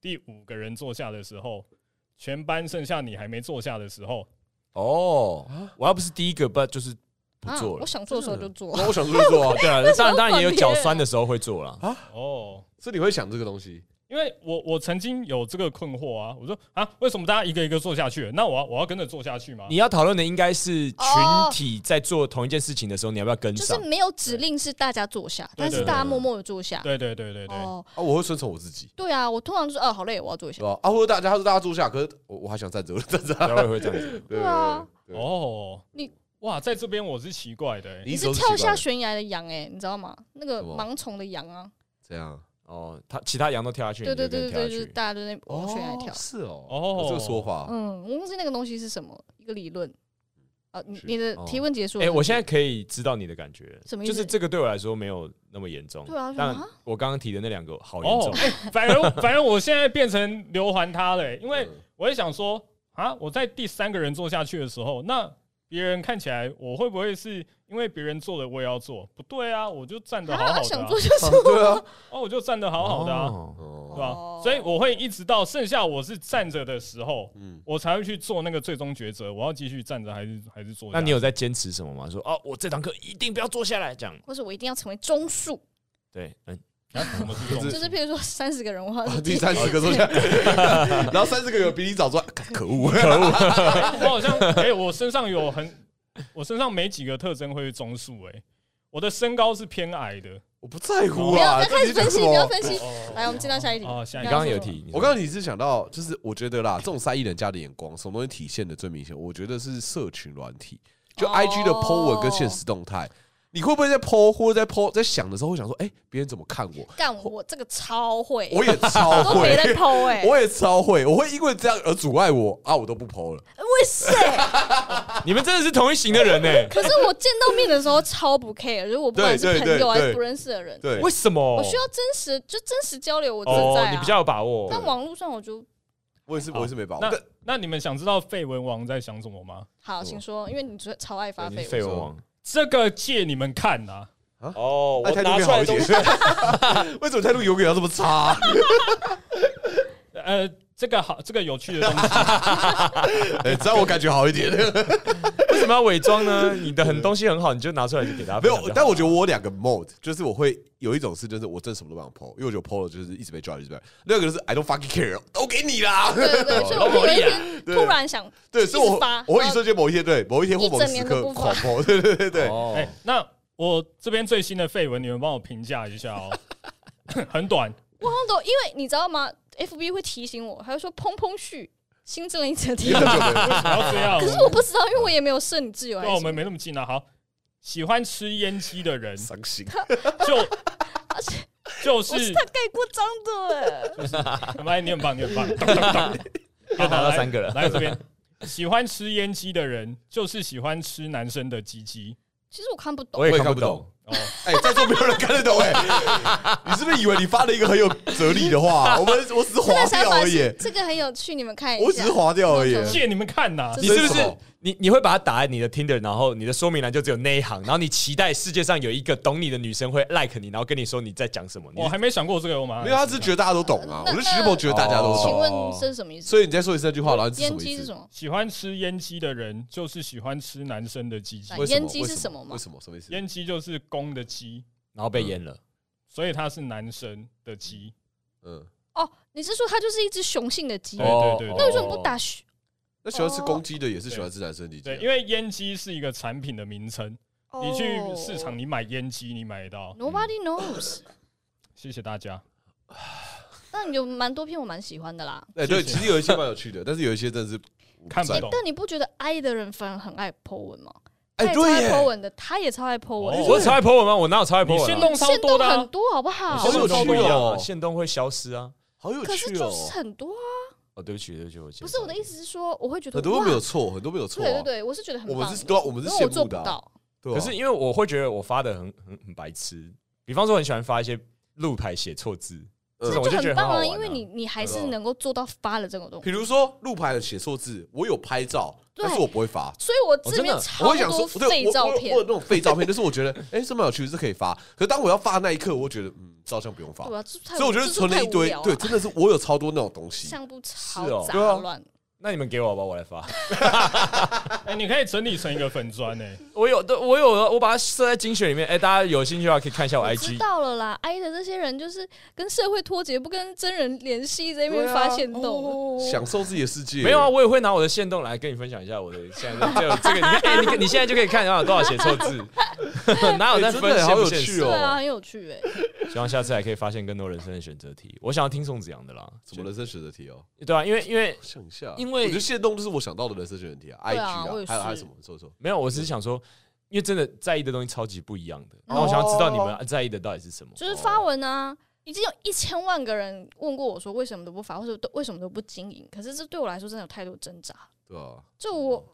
Speaker 4: 第五个人坐下的时候，全班剩下你还没坐下的时候，
Speaker 3: 哦，我要不是第一个，不就是不
Speaker 2: 啊，
Speaker 3: 做
Speaker 2: 我
Speaker 3: 了。
Speaker 2: 想做的时候就做。
Speaker 1: 那我 想说就做啊，
Speaker 3: 对啊，当然当然也有
Speaker 2: 别人
Speaker 3: 脚酸的时候会做了。
Speaker 4: 哦，
Speaker 1: 是你会想这个东西，
Speaker 4: 因为我我曾经有这个困惑啊，我说啊，为什么大家一个一个做下去？那我要我要跟着做下去吗
Speaker 3: 你？要讨论的应该是群
Speaker 2: 哦
Speaker 3: 体在做同一件事情的时候，你要不要跟
Speaker 2: 就是
Speaker 3: 上？
Speaker 2: 没有指令是大家坐下，
Speaker 4: 对对
Speaker 2: 但是大家默默的坐下。
Speaker 4: 对对对对对，
Speaker 2: 哦，
Speaker 1: 啊，我会顺从我自己，
Speaker 2: 对啊，我通常就是哦，好累，我要坐一下
Speaker 1: 对。吧？啊，或者大家他说大家坐下，可是我我还想站着，我就站着啊。
Speaker 3: 对，我也会这样子。
Speaker 1: 对
Speaker 2: 对啊，
Speaker 1: 对对
Speaker 4: 哦，
Speaker 2: 你
Speaker 4: 哇，在这边我是奇怪的、欸，
Speaker 1: 你
Speaker 2: 你
Speaker 1: 一直
Speaker 2: 是
Speaker 1: 都
Speaker 2: 跳
Speaker 1: 奇
Speaker 2: 下
Speaker 1: 怪
Speaker 2: 悬崖的羊哎、你知道吗？那个
Speaker 1: 什么
Speaker 2: 盲从的羊啊，
Speaker 1: 这样
Speaker 3: 哦，他其他羊都跳下去，
Speaker 2: 对对
Speaker 3: 你就
Speaker 2: 对
Speaker 3: 跟着
Speaker 2: 对对，
Speaker 3: 跳
Speaker 2: 就
Speaker 3: 下
Speaker 2: 是
Speaker 3: 去
Speaker 2: 大家都在往悬崖跳
Speaker 1: 哦。是哦，
Speaker 4: 哦
Speaker 1: 有这个说法，
Speaker 2: 嗯，我忘记那个东西是什么，一个理论。啊，你
Speaker 1: 是
Speaker 2: 你的
Speaker 1: 哦
Speaker 2: 提问结束了
Speaker 3: 哎、
Speaker 2: 是不是
Speaker 3: 我现在可以知道你的感觉，
Speaker 2: 什么意
Speaker 3: 就
Speaker 2: 思
Speaker 3: 是这个对我来说没有那么严重。
Speaker 2: 对啊
Speaker 3: 但
Speaker 2: 什么
Speaker 3: 我刚刚提的那两个好严
Speaker 4: 哦
Speaker 3: 重。，
Speaker 4: 哎、反而反而我现在变成刘环他了、欸，因 为
Speaker 1: 嗯
Speaker 4: 我也想说啊，我在第三个人做下去的时候，那别人看起来我会不会是因为别人做的我也要做？不对啊，我就站得好好
Speaker 2: 啊，
Speaker 4: 的、
Speaker 2: 想
Speaker 4: 啊，
Speaker 2: 做就是
Speaker 1: 啊对啊，
Speaker 4: 哦，我就站得好好的啊，
Speaker 3: 哦
Speaker 4: 对
Speaker 1: 哦，
Speaker 4: 吧、
Speaker 2: 哦
Speaker 4: 所以我会一直到剩下我是站着的时候，
Speaker 1: 嗯，
Speaker 4: 我才会去做那个最终抉择，我要继续站着还是还是坐下？
Speaker 3: 那你有在坚持什么吗？说哦，我这堂课一定不要坐下来，这样
Speaker 2: 或者我一定要成为中数，
Speaker 3: 对，嗯，
Speaker 4: 啊什么是中
Speaker 1: 就
Speaker 2: 就是譬如说三十个人，我要
Speaker 1: 啊 第三十个坐下， 然后三十个有比你早出来，干 可恶，啊
Speaker 4: 我好像哎、我身上有很，我身上没几个特征会是中数哎、我的身高是偏矮的。
Speaker 1: 我不在乎
Speaker 2: 不要
Speaker 1: 啊，
Speaker 2: 再开始分析，不要分析。
Speaker 4: 哦，
Speaker 2: 来，我们进到下一题。
Speaker 4: 哦下一
Speaker 3: 你
Speaker 4: 题
Speaker 3: 刚刚有提，
Speaker 1: 我刚刚你是想到，就是我觉得啦，这种塞艺人家的眼光，什么东西体现的最明显？我觉得是社群软体，就
Speaker 2: 哦
Speaker 1: I G 的 Po 文跟现实动态。你会不会在 Po 或者在 Po 在想的时候，会想说，哎、别人怎么看 我？
Speaker 2: 干我这个超会，
Speaker 1: 我也超
Speaker 2: 都
Speaker 1: 会
Speaker 2: 没， 在剖哎、
Speaker 1: 我也超会，我会因为这样而阻碍我啊，我都不 Po 了。
Speaker 2: 为谁？
Speaker 3: 你们真的是同一型的人呢、
Speaker 2: 欸可是我见到面的时候超不 care，如果不管是
Speaker 1: 对对
Speaker 2: 朋友还
Speaker 1: 对
Speaker 2: 是
Speaker 1: 对
Speaker 2: 不认识的人，
Speaker 1: 对
Speaker 3: 为，什么？
Speaker 2: 我需要真实，就真实交流，我自在、
Speaker 3: 哦
Speaker 2: 啊，
Speaker 3: 你比较有把握。
Speaker 2: 但网络上我就
Speaker 1: 我也是，我也是没把握。
Speaker 4: 那
Speaker 1: 但
Speaker 4: 那你们想知道绯闻王在想什么吗？
Speaker 2: 好，
Speaker 1: 什么
Speaker 2: 请说，因为你最超爱发
Speaker 3: 对你
Speaker 2: 绯
Speaker 3: 是
Speaker 2: 闻。
Speaker 3: 绯闻王
Speaker 4: 这个借你们看啊呐、
Speaker 3: 哦，
Speaker 1: 那态度会好一点。 为什么态度永远要这么差？
Speaker 4: 呃，这个好，这个有趣的东西，
Speaker 1: 哎，这样我感觉好一点。
Speaker 3: 为什么要伪装呢？你的很东西很好，你就拿出来就给大家
Speaker 1: 没
Speaker 3: 分享就好。哎
Speaker 1: 有，但我觉得我有两个 mode，就是我会有一种是，就是我真的什么都不想 PO，因为我觉得 PO 了就是一直被 judge，一直被 judge。另外一个就是 I don't fucking care，都给你啦。
Speaker 2: 对对对，所以我有一天
Speaker 1: 对
Speaker 2: 突然想，
Speaker 1: 对，所以我
Speaker 2: 一直发
Speaker 1: 我会一瞬间某一天对某一天或某个时
Speaker 2: 一整年都
Speaker 1: 刻
Speaker 2: 不发
Speaker 1: 狂 PO，对 对对对。
Speaker 3: 哦
Speaker 4: 哎、那我这边最新的绯闻，你们帮我评价一下哦， 很短，
Speaker 2: 我好像都因为你知道吗？FB 会提醒我，还会说砰砰续新增了一则提
Speaker 1: 对
Speaker 2: 问，
Speaker 1: 对对
Speaker 4: 为什么要这样？
Speaker 2: 可是我不知道，因为我也没有设你自由还
Speaker 4: 对
Speaker 2: 是
Speaker 4: 啊，嗯我
Speaker 2: 什么
Speaker 4: 们没那么近啊。好，喜欢吃烟鸡 的人
Speaker 1: 伤心，
Speaker 4: 就
Speaker 2: 而且
Speaker 4: 就
Speaker 2: 我是
Speaker 4: 是
Speaker 2: 他盖过章的哎，
Speaker 4: 来，你很棒，你很 棒，咚咚咚
Speaker 3: 又拿到三个了。
Speaker 4: 来这边，喜欢吃烟鸡的人就是喜欢吃男生的鸡鸡。
Speaker 2: 其实我看不懂
Speaker 3: 我，也
Speaker 1: 我也
Speaker 3: 看
Speaker 1: 看
Speaker 3: 不
Speaker 1: 不
Speaker 3: 懂
Speaker 1: 懂。
Speaker 4: 哦，
Speaker 1: 哎，在座没有人看得懂哎，你是不是以为你发了一个很有哲理的话？我们我只是
Speaker 2: 这
Speaker 1: 划
Speaker 2: 个想
Speaker 1: 掉
Speaker 2: 法
Speaker 1: 而
Speaker 2: 是
Speaker 1: 已，
Speaker 2: 这个很有趣，你们看一
Speaker 1: 我只
Speaker 2: 下
Speaker 1: 是。划掉而已。
Speaker 4: 借你们看呐、
Speaker 2: 这
Speaker 3: 你是不
Speaker 1: 这是
Speaker 3: 是
Speaker 1: 什么
Speaker 3: 你你会把它打在你的 Tinder，然后你的说明栏就只有那一行，然后你期待世界上有一个懂你的女生会 like 你，然后跟你说你在讲什么？你
Speaker 4: 哦我还没想过这个，我马上
Speaker 1: 没有，他只是觉得大家都懂啊。
Speaker 2: 那
Speaker 1: 我就其实我觉得大家都
Speaker 3: 哦
Speaker 2: 请
Speaker 1: 懂，啊
Speaker 2: 问这是什么意思？
Speaker 1: 所以你再说一次那句话，然后是什
Speaker 2: 烟
Speaker 1: 么
Speaker 2: 机
Speaker 1: 意
Speaker 2: 是
Speaker 1: 思
Speaker 2: 什？么？
Speaker 4: 喜欢吃烟鸡的人就是喜欢吃男生的鸡鸡
Speaker 2: 来。
Speaker 1: 为什么
Speaker 2: 烟鸡是
Speaker 1: 为
Speaker 2: 什么吗
Speaker 1: 为什么什么意思？
Speaker 4: 烟鸡就是公的鸡，
Speaker 3: 然后被淹了。
Speaker 4: 所以它是男生的鸡。
Speaker 1: 嗯，
Speaker 2: 哦，你是说它就是一只雄性的鸡？
Speaker 4: 对
Speaker 3: 哦
Speaker 2: 那
Speaker 4: 对对对
Speaker 2: 为什么不打雄？
Speaker 1: 那喜欢吃公鸡的也是喜欢吃男生鸡鸡啊，
Speaker 4: 对，因为烟鸡是一个产品的名称，
Speaker 2: 哦
Speaker 4: 哦你去市场你买烟鸡，你买得到。
Speaker 2: Nobody knows。
Speaker 4: 谢谢大家。
Speaker 2: 但有蛮多片我蛮喜欢的啦。
Speaker 1: 哎，对，
Speaker 4: 谢
Speaker 1: 其
Speaker 4: 谢
Speaker 1: 实有一些蛮有趣的，但是有一些真的是
Speaker 4: 看不
Speaker 1: 在
Speaker 4: 懂
Speaker 2: 但你不觉得 I 的人反而很爱 po 文吗？他
Speaker 1: 哎，
Speaker 2: 也超爱
Speaker 1: 对
Speaker 2: po
Speaker 1: 耶，
Speaker 2: 文的，他也超爱 po 文
Speaker 4: 哦，
Speaker 3: 我超爱 po 文吗？我哪有超爱 po
Speaker 4: 你
Speaker 3: 文
Speaker 4: 限
Speaker 3: 啊？
Speaker 4: 动超
Speaker 2: 限
Speaker 4: 多
Speaker 2: 动
Speaker 4: 的、
Speaker 2: 很
Speaker 4: 啊，
Speaker 2: 多好不好
Speaker 1: 好？
Speaker 3: 限
Speaker 1: 有
Speaker 3: 动不一
Speaker 1: 趣
Speaker 3: 样啊，
Speaker 1: 哦
Speaker 3: 限动会消失啊。
Speaker 1: 好有
Speaker 2: 可是
Speaker 1: 趣
Speaker 2: 就是
Speaker 1: 哦。
Speaker 2: 很多啊，
Speaker 3: 哦，对不起，对不起，我
Speaker 2: 不是我的意
Speaker 3: 思。
Speaker 2: 思是说，我会觉得
Speaker 1: 很多都没有
Speaker 2: 哇
Speaker 1: 错，很多没有错啊。
Speaker 2: 对对对，我是觉得很
Speaker 1: 我
Speaker 2: 棒
Speaker 1: 们
Speaker 2: 的，
Speaker 1: 是对啊，我们
Speaker 2: 因
Speaker 1: 是
Speaker 2: 为我
Speaker 1: 羡
Speaker 2: 做
Speaker 1: 慕
Speaker 2: 不
Speaker 1: 的啊，
Speaker 2: 到。
Speaker 1: 对啊
Speaker 3: 可是因为我会觉得我发的很很很白痴，比方说很喜欢发一些路牌写错字，
Speaker 1: 嗯
Speaker 3: 这种我就觉
Speaker 2: 很
Speaker 3: 得很
Speaker 2: 棒
Speaker 3: 好
Speaker 2: 啊，
Speaker 3: 玩。
Speaker 2: 因为你你还是
Speaker 1: 对啊
Speaker 2: 能够做到发了这种东
Speaker 1: 比
Speaker 2: 西，
Speaker 1: 如说路牌的写错字，我有拍照，
Speaker 2: 对
Speaker 1: 但是我不会发。
Speaker 2: 所以我
Speaker 1: 哦
Speaker 2: 这
Speaker 3: 真的
Speaker 2: 边
Speaker 1: 啊我
Speaker 2: 超
Speaker 1: 会想说
Speaker 2: 多，
Speaker 1: 对
Speaker 2: 废
Speaker 1: 我
Speaker 2: 照
Speaker 1: 我
Speaker 2: 片
Speaker 1: 我有那，种废照片，就是我觉得哎，这蛮有趣，是可以发。可是当我要发的那一刻，我觉得嗯，照相不用发
Speaker 2: 对。啊，所
Speaker 1: 所以我觉得存了一堆，对，真的是我有超多那种东西。
Speaker 2: 相簿
Speaker 3: 是哦
Speaker 2: 超
Speaker 3: 对啊
Speaker 2: 杂乱，
Speaker 3: 那你们给我好吧，我来发。
Speaker 4: 哎，你可以整理成一个粉砖哎呢。
Speaker 3: 我有， 对我有，我把它设在精选里面。哎、大家有兴趣的话可以看一下我
Speaker 2: 我知
Speaker 3: IG。
Speaker 2: 道了啦，I 的这些人就是跟社会脱节，不跟真人联系，在那
Speaker 1: 啊
Speaker 2: 边发
Speaker 1: 哦
Speaker 2: 现动。
Speaker 1: 享受自己的世界。
Speaker 3: 没有啊，，我也会拿我的线动来跟你分享一下我的现在的 这个这个，你看，哎、你你现在就可以看到有多少写错字， 哪有在
Speaker 1: 哎真
Speaker 3: 分、
Speaker 1: 的好有
Speaker 3: 现不现实
Speaker 1: 趣哦
Speaker 2: 对啊，很有趣哎、
Speaker 3: 希望下次还可以发现更多人生的选择题。我想要听宋子阳的啦，
Speaker 1: 什么人生选择题哦？
Speaker 3: 对啊，因为因为
Speaker 1: 我想一下，
Speaker 3: 因为
Speaker 1: 我觉得现动就是我想到的人生选择题啊，IG
Speaker 2: 对啊
Speaker 1: 啊
Speaker 2: 我也，是
Speaker 1: 还有还有什么？说说，
Speaker 3: 没有，我只是想说，因为真的在意的东西超级不一样的，
Speaker 2: 哦
Speaker 3: 那我想要知道你们在意的到底是什么。
Speaker 2: 就是发文啊，已经有一千万个人问过我说为什么都不发，或者都为什么都不经营。可是这对我来说真的有太多挣扎。
Speaker 1: 对啊，
Speaker 2: 就我，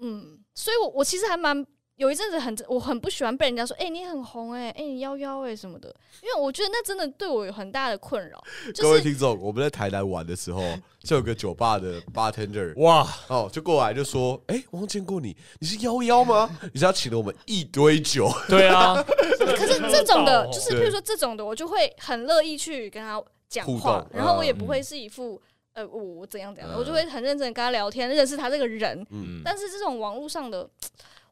Speaker 2: 嗯，所以我我其实还蛮有一阵子很我很不喜欢被人家说，哎、你很红哎、哎、你幺幺哎什么的，因为我觉得那真的对我有很大的困扰。
Speaker 1: 各
Speaker 2: 就
Speaker 1: 位
Speaker 2: 是
Speaker 1: 听众，我们在台南玩的时候，就有个酒吧的 bartender，
Speaker 3: 哇，
Speaker 1: 哦，就过来就说：“哎、我好像见过你，你是幺幺吗？”你知道请了我们一堆酒，
Speaker 3: 对啊，
Speaker 2: 可是这 种的，
Speaker 4: 哦
Speaker 2: 就是
Speaker 1: 对
Speaker 2: 譬如说这种的，我就会很乐意去跟他讲
Speaker 1: 互
Speaker 2: 话
Speaker 1: 动，
Speaker 2: 然后我也不
Speaker 3: 嗯
Speaker 2: 会是一副。呃，我我怎样怎样
Speaker 1: 嗯
Speaker 2: 的，我就会很认真地跟他聊天，认识他这个人，
Speaker 1: 嗯，
Speaker 2: 但是这种网络上的，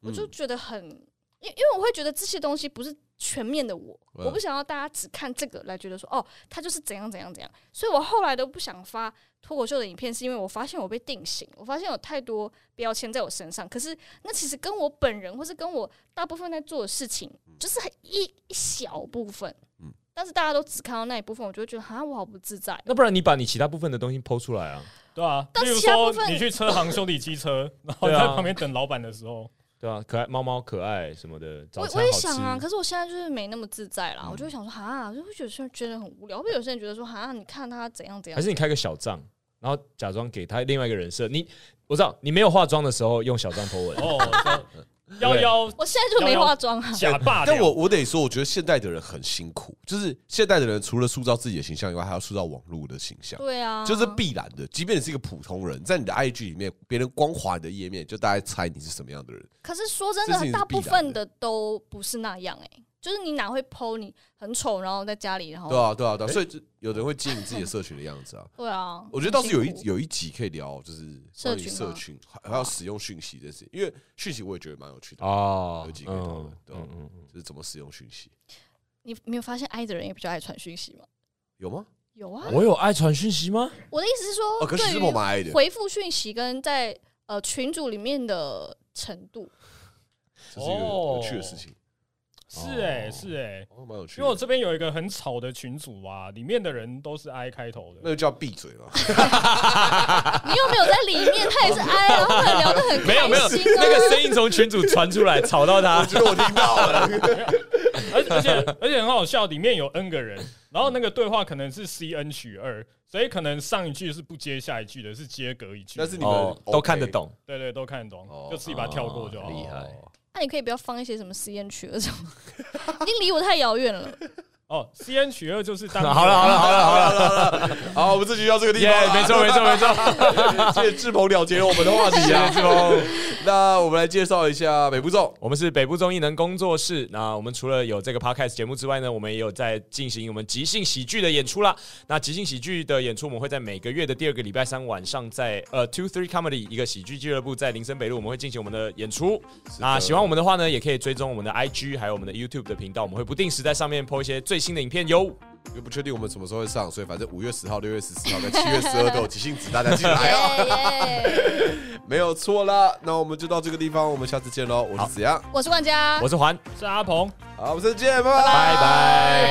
Speaker 2: 我就觉得很，因、因为我会觉得这些东西不是全面的我，
Speaker 1: 嗯
Speaker 2: 我不想要大家只看这个来觉得说哦，他就是怎样怎样怎样，所以我后来都不想发脱口秀的影片，是因为我发现我被定型，我发现有太多标签在我身上，可是那其实跟我本人或是跟我大部分在做的事情，就是很一一小部分，
Speaker 1: 嗯
Speaker 2: 但是大家都只看到那一部分，我就会觉得好像我好不自在哦。
Speaker 3: 那不然你把你其他部分的东西剖出来啊？
Speaker 4: 对啊，
Speaker 2: 但
Speaker 4: 例如
Speaker 2: 其他部
Speaker 4: 说
Speaker 2: 分
Speaker 4: 你去车行修理 机车，然后
Speaker 3: 对
Speaker 4: 在
Speaker 3: 啊
Speaker 4: 旁边等老板的时候，
Speaker 3: 对啊，可爱猫猫可爱什么的，早
Speaker 2: 我
Speaker 3: 餐
Speaker 2: 我也
Speaker 3: 好吃
Speaker 2: 想啊，可是我现在就是没那么自在啦，
Speaker 1: 嗯
Speaker 2: 我就会想说哈，就会有些人觉得很无聊，会有些人觉得说哈，你看他怎样怎
Speaker 3: 还
Speaker 2: 样，
Speaker 3: 是你开个小账，然后假装给他另外一个人设。你我知道你没有化妆的时候用小账 po 文，
Speaker 4: 哦，
Speaker 2: 啊
Speaker 4: 幺幺
Speaker 2: 我现在就没化妆啊，
Speaker 4: 假霸
Speaker 1: 但我
Speaker 4: 聊，
Speaker 1: 我得说，我觉得现代的人很辛苦，就是现代的人除了塑造自己的形象以外，还要塑造网络的形象，
Speaker 2: 对啊，
Speaker 1: 这、是必然的。即便你是一个普通人，在你的 IG 里面，别人光滑你的页面，就大概猜你是什么样的人。
Speaker 2: 可是说真
Speaker 1: 这是
Speaker 2: 的，
Speaker 1: 你
Speaker 2: 大
Speaker 1: 是必然的
Speaker 2: 部分的都不是那样哎、就是你哪会剖你很丑，然后在家里，然后
Speaker 1: 对啊，对啊，对啊，所以这有人会经营自己的社群的样子啊。
Speaker 2: 对啊
Speaker 1: 我觉得倒是有
Speaker 2: 很
Speaker 1: 一
Speaker 2: 辛苦
Speaker 1: 有一集可以聊，就是
Speaker 2: 社
Speaker 1: 关于
Speaker 2: 群吗
Speaker 1: 社群还还有使用讯息这些，因为讯息我也觉得蛮有趣的，
Speaker 3: 哦
Speaker 1: 有几个讨论对啊
Speaker 3: 嗯嗯，
Speaker 1: 就是怎么使用讯息，
Speaker 2: 你没有发现 I 的人也比较爱传讯息吗？
Speaker 1: 有吗？
Speaker 2: 有啊，
Speaker 3: 我有爱传讯息吗？
Speaker 2: 我的意思是说，
Speaker 1: 哦哦，可是
Speaker 2: 对
Speaker 1: 是
Speaker 2: 于
Speaker 1: 我蛮爱的，
Speaker 2: 回复讯息跟在呃群组里面的程度，
Speaker 1: 这是一个有趣的事情，
Speaker 4: 是哎
Speaker 3: 哦
Speaker 4: 是哎，
Speaker 1: 哦，蛮有趣
Speaker 4: 因为我
Speaker 1: 的。
Speaker 4: 这边有一个很吵的群组啊，里面的人都是 I 开头
Speaker 1: 那就
Speaker 4: 的，
Speaker 1: 叫闭嘴了。
Speaker 2: 你又没有在里面，他也是 I，然后聊得很开心、啊，
Speaker 3: 没有没有，那个声音从群主传出来，吵到 他
Speaker 1: 我。觉得我听到了，
Speaker 4: 而而且而且很好笑，里面有 N 个人，然后那个对话可能是 C N 取二，所以可能上一句是不接下一句的，是接隔一句。
Speaker 1: 但是你们
Speaker 3: 哦，
Speaker 1: OK
Speaker 3: 都看得懂，
Speaker 4: 对对，都看得懂
Speaker 1: 哦，
Speaker 4: 就自己把它跳过就好
Speaker 3: 哦
Speaker 4: 了。
Speaker 3: 厉害
Speaker 2: 那你可以不要放一些什么实验曲了什么，已经离我太遥远了。
Speaker 4: 哦，C N 取二就 是当
Speaker 3: 好了好了好了好了 好了，
Speaker 1: 好，我们这集到这个地
Speaker 3: 耶
Speaker 1: 方了，，
Speaker 3: 没错没错没
Speaker 1: 错。
Speaker 3: 错，
Speaker 1: 谢谢志鹏了结了我们的话题啊。
Speaker 3: 志峰。
Speaker 1: 那我们来介绍一下北部粽，
Speaker 3: 我们是北部综艺能工作室。那我们除了有这个 podcast 节目之外呢，我们也有在进行我们即兴喜剧的演出啦。那即兴喜剧的演出，我们会在每个月的第二个礼拜三晚上在，呃 Two Three Comedy 一个喜剧俱乐部在林森北路，我们会进行我们的演出。那喜欢我们的话呢，也可以追踪我们的 IG 还有我们的 YouTube 的频道，我们会不定时在上面 po 一些最新的影片哟。
Speaker 1: 又不确定我们什么时候会上，所以反正五月十号、六月十四号跟七月十二都有即兴子，大家进来哦，
Speaker 2: 哎耶耶！
Speaker 1: 没有错啦。那我们就到这个地方，我们下次见喽。我是子阳，
Speaker 2: 我是万佳，
Speaker 3: 我是环，
Speaker 4: 是阿鹏。
Speaker 1: 好，我们下次见，拜
Speaker 3: 拜
Speaker 1: 拜。
Speaker 3: 拜。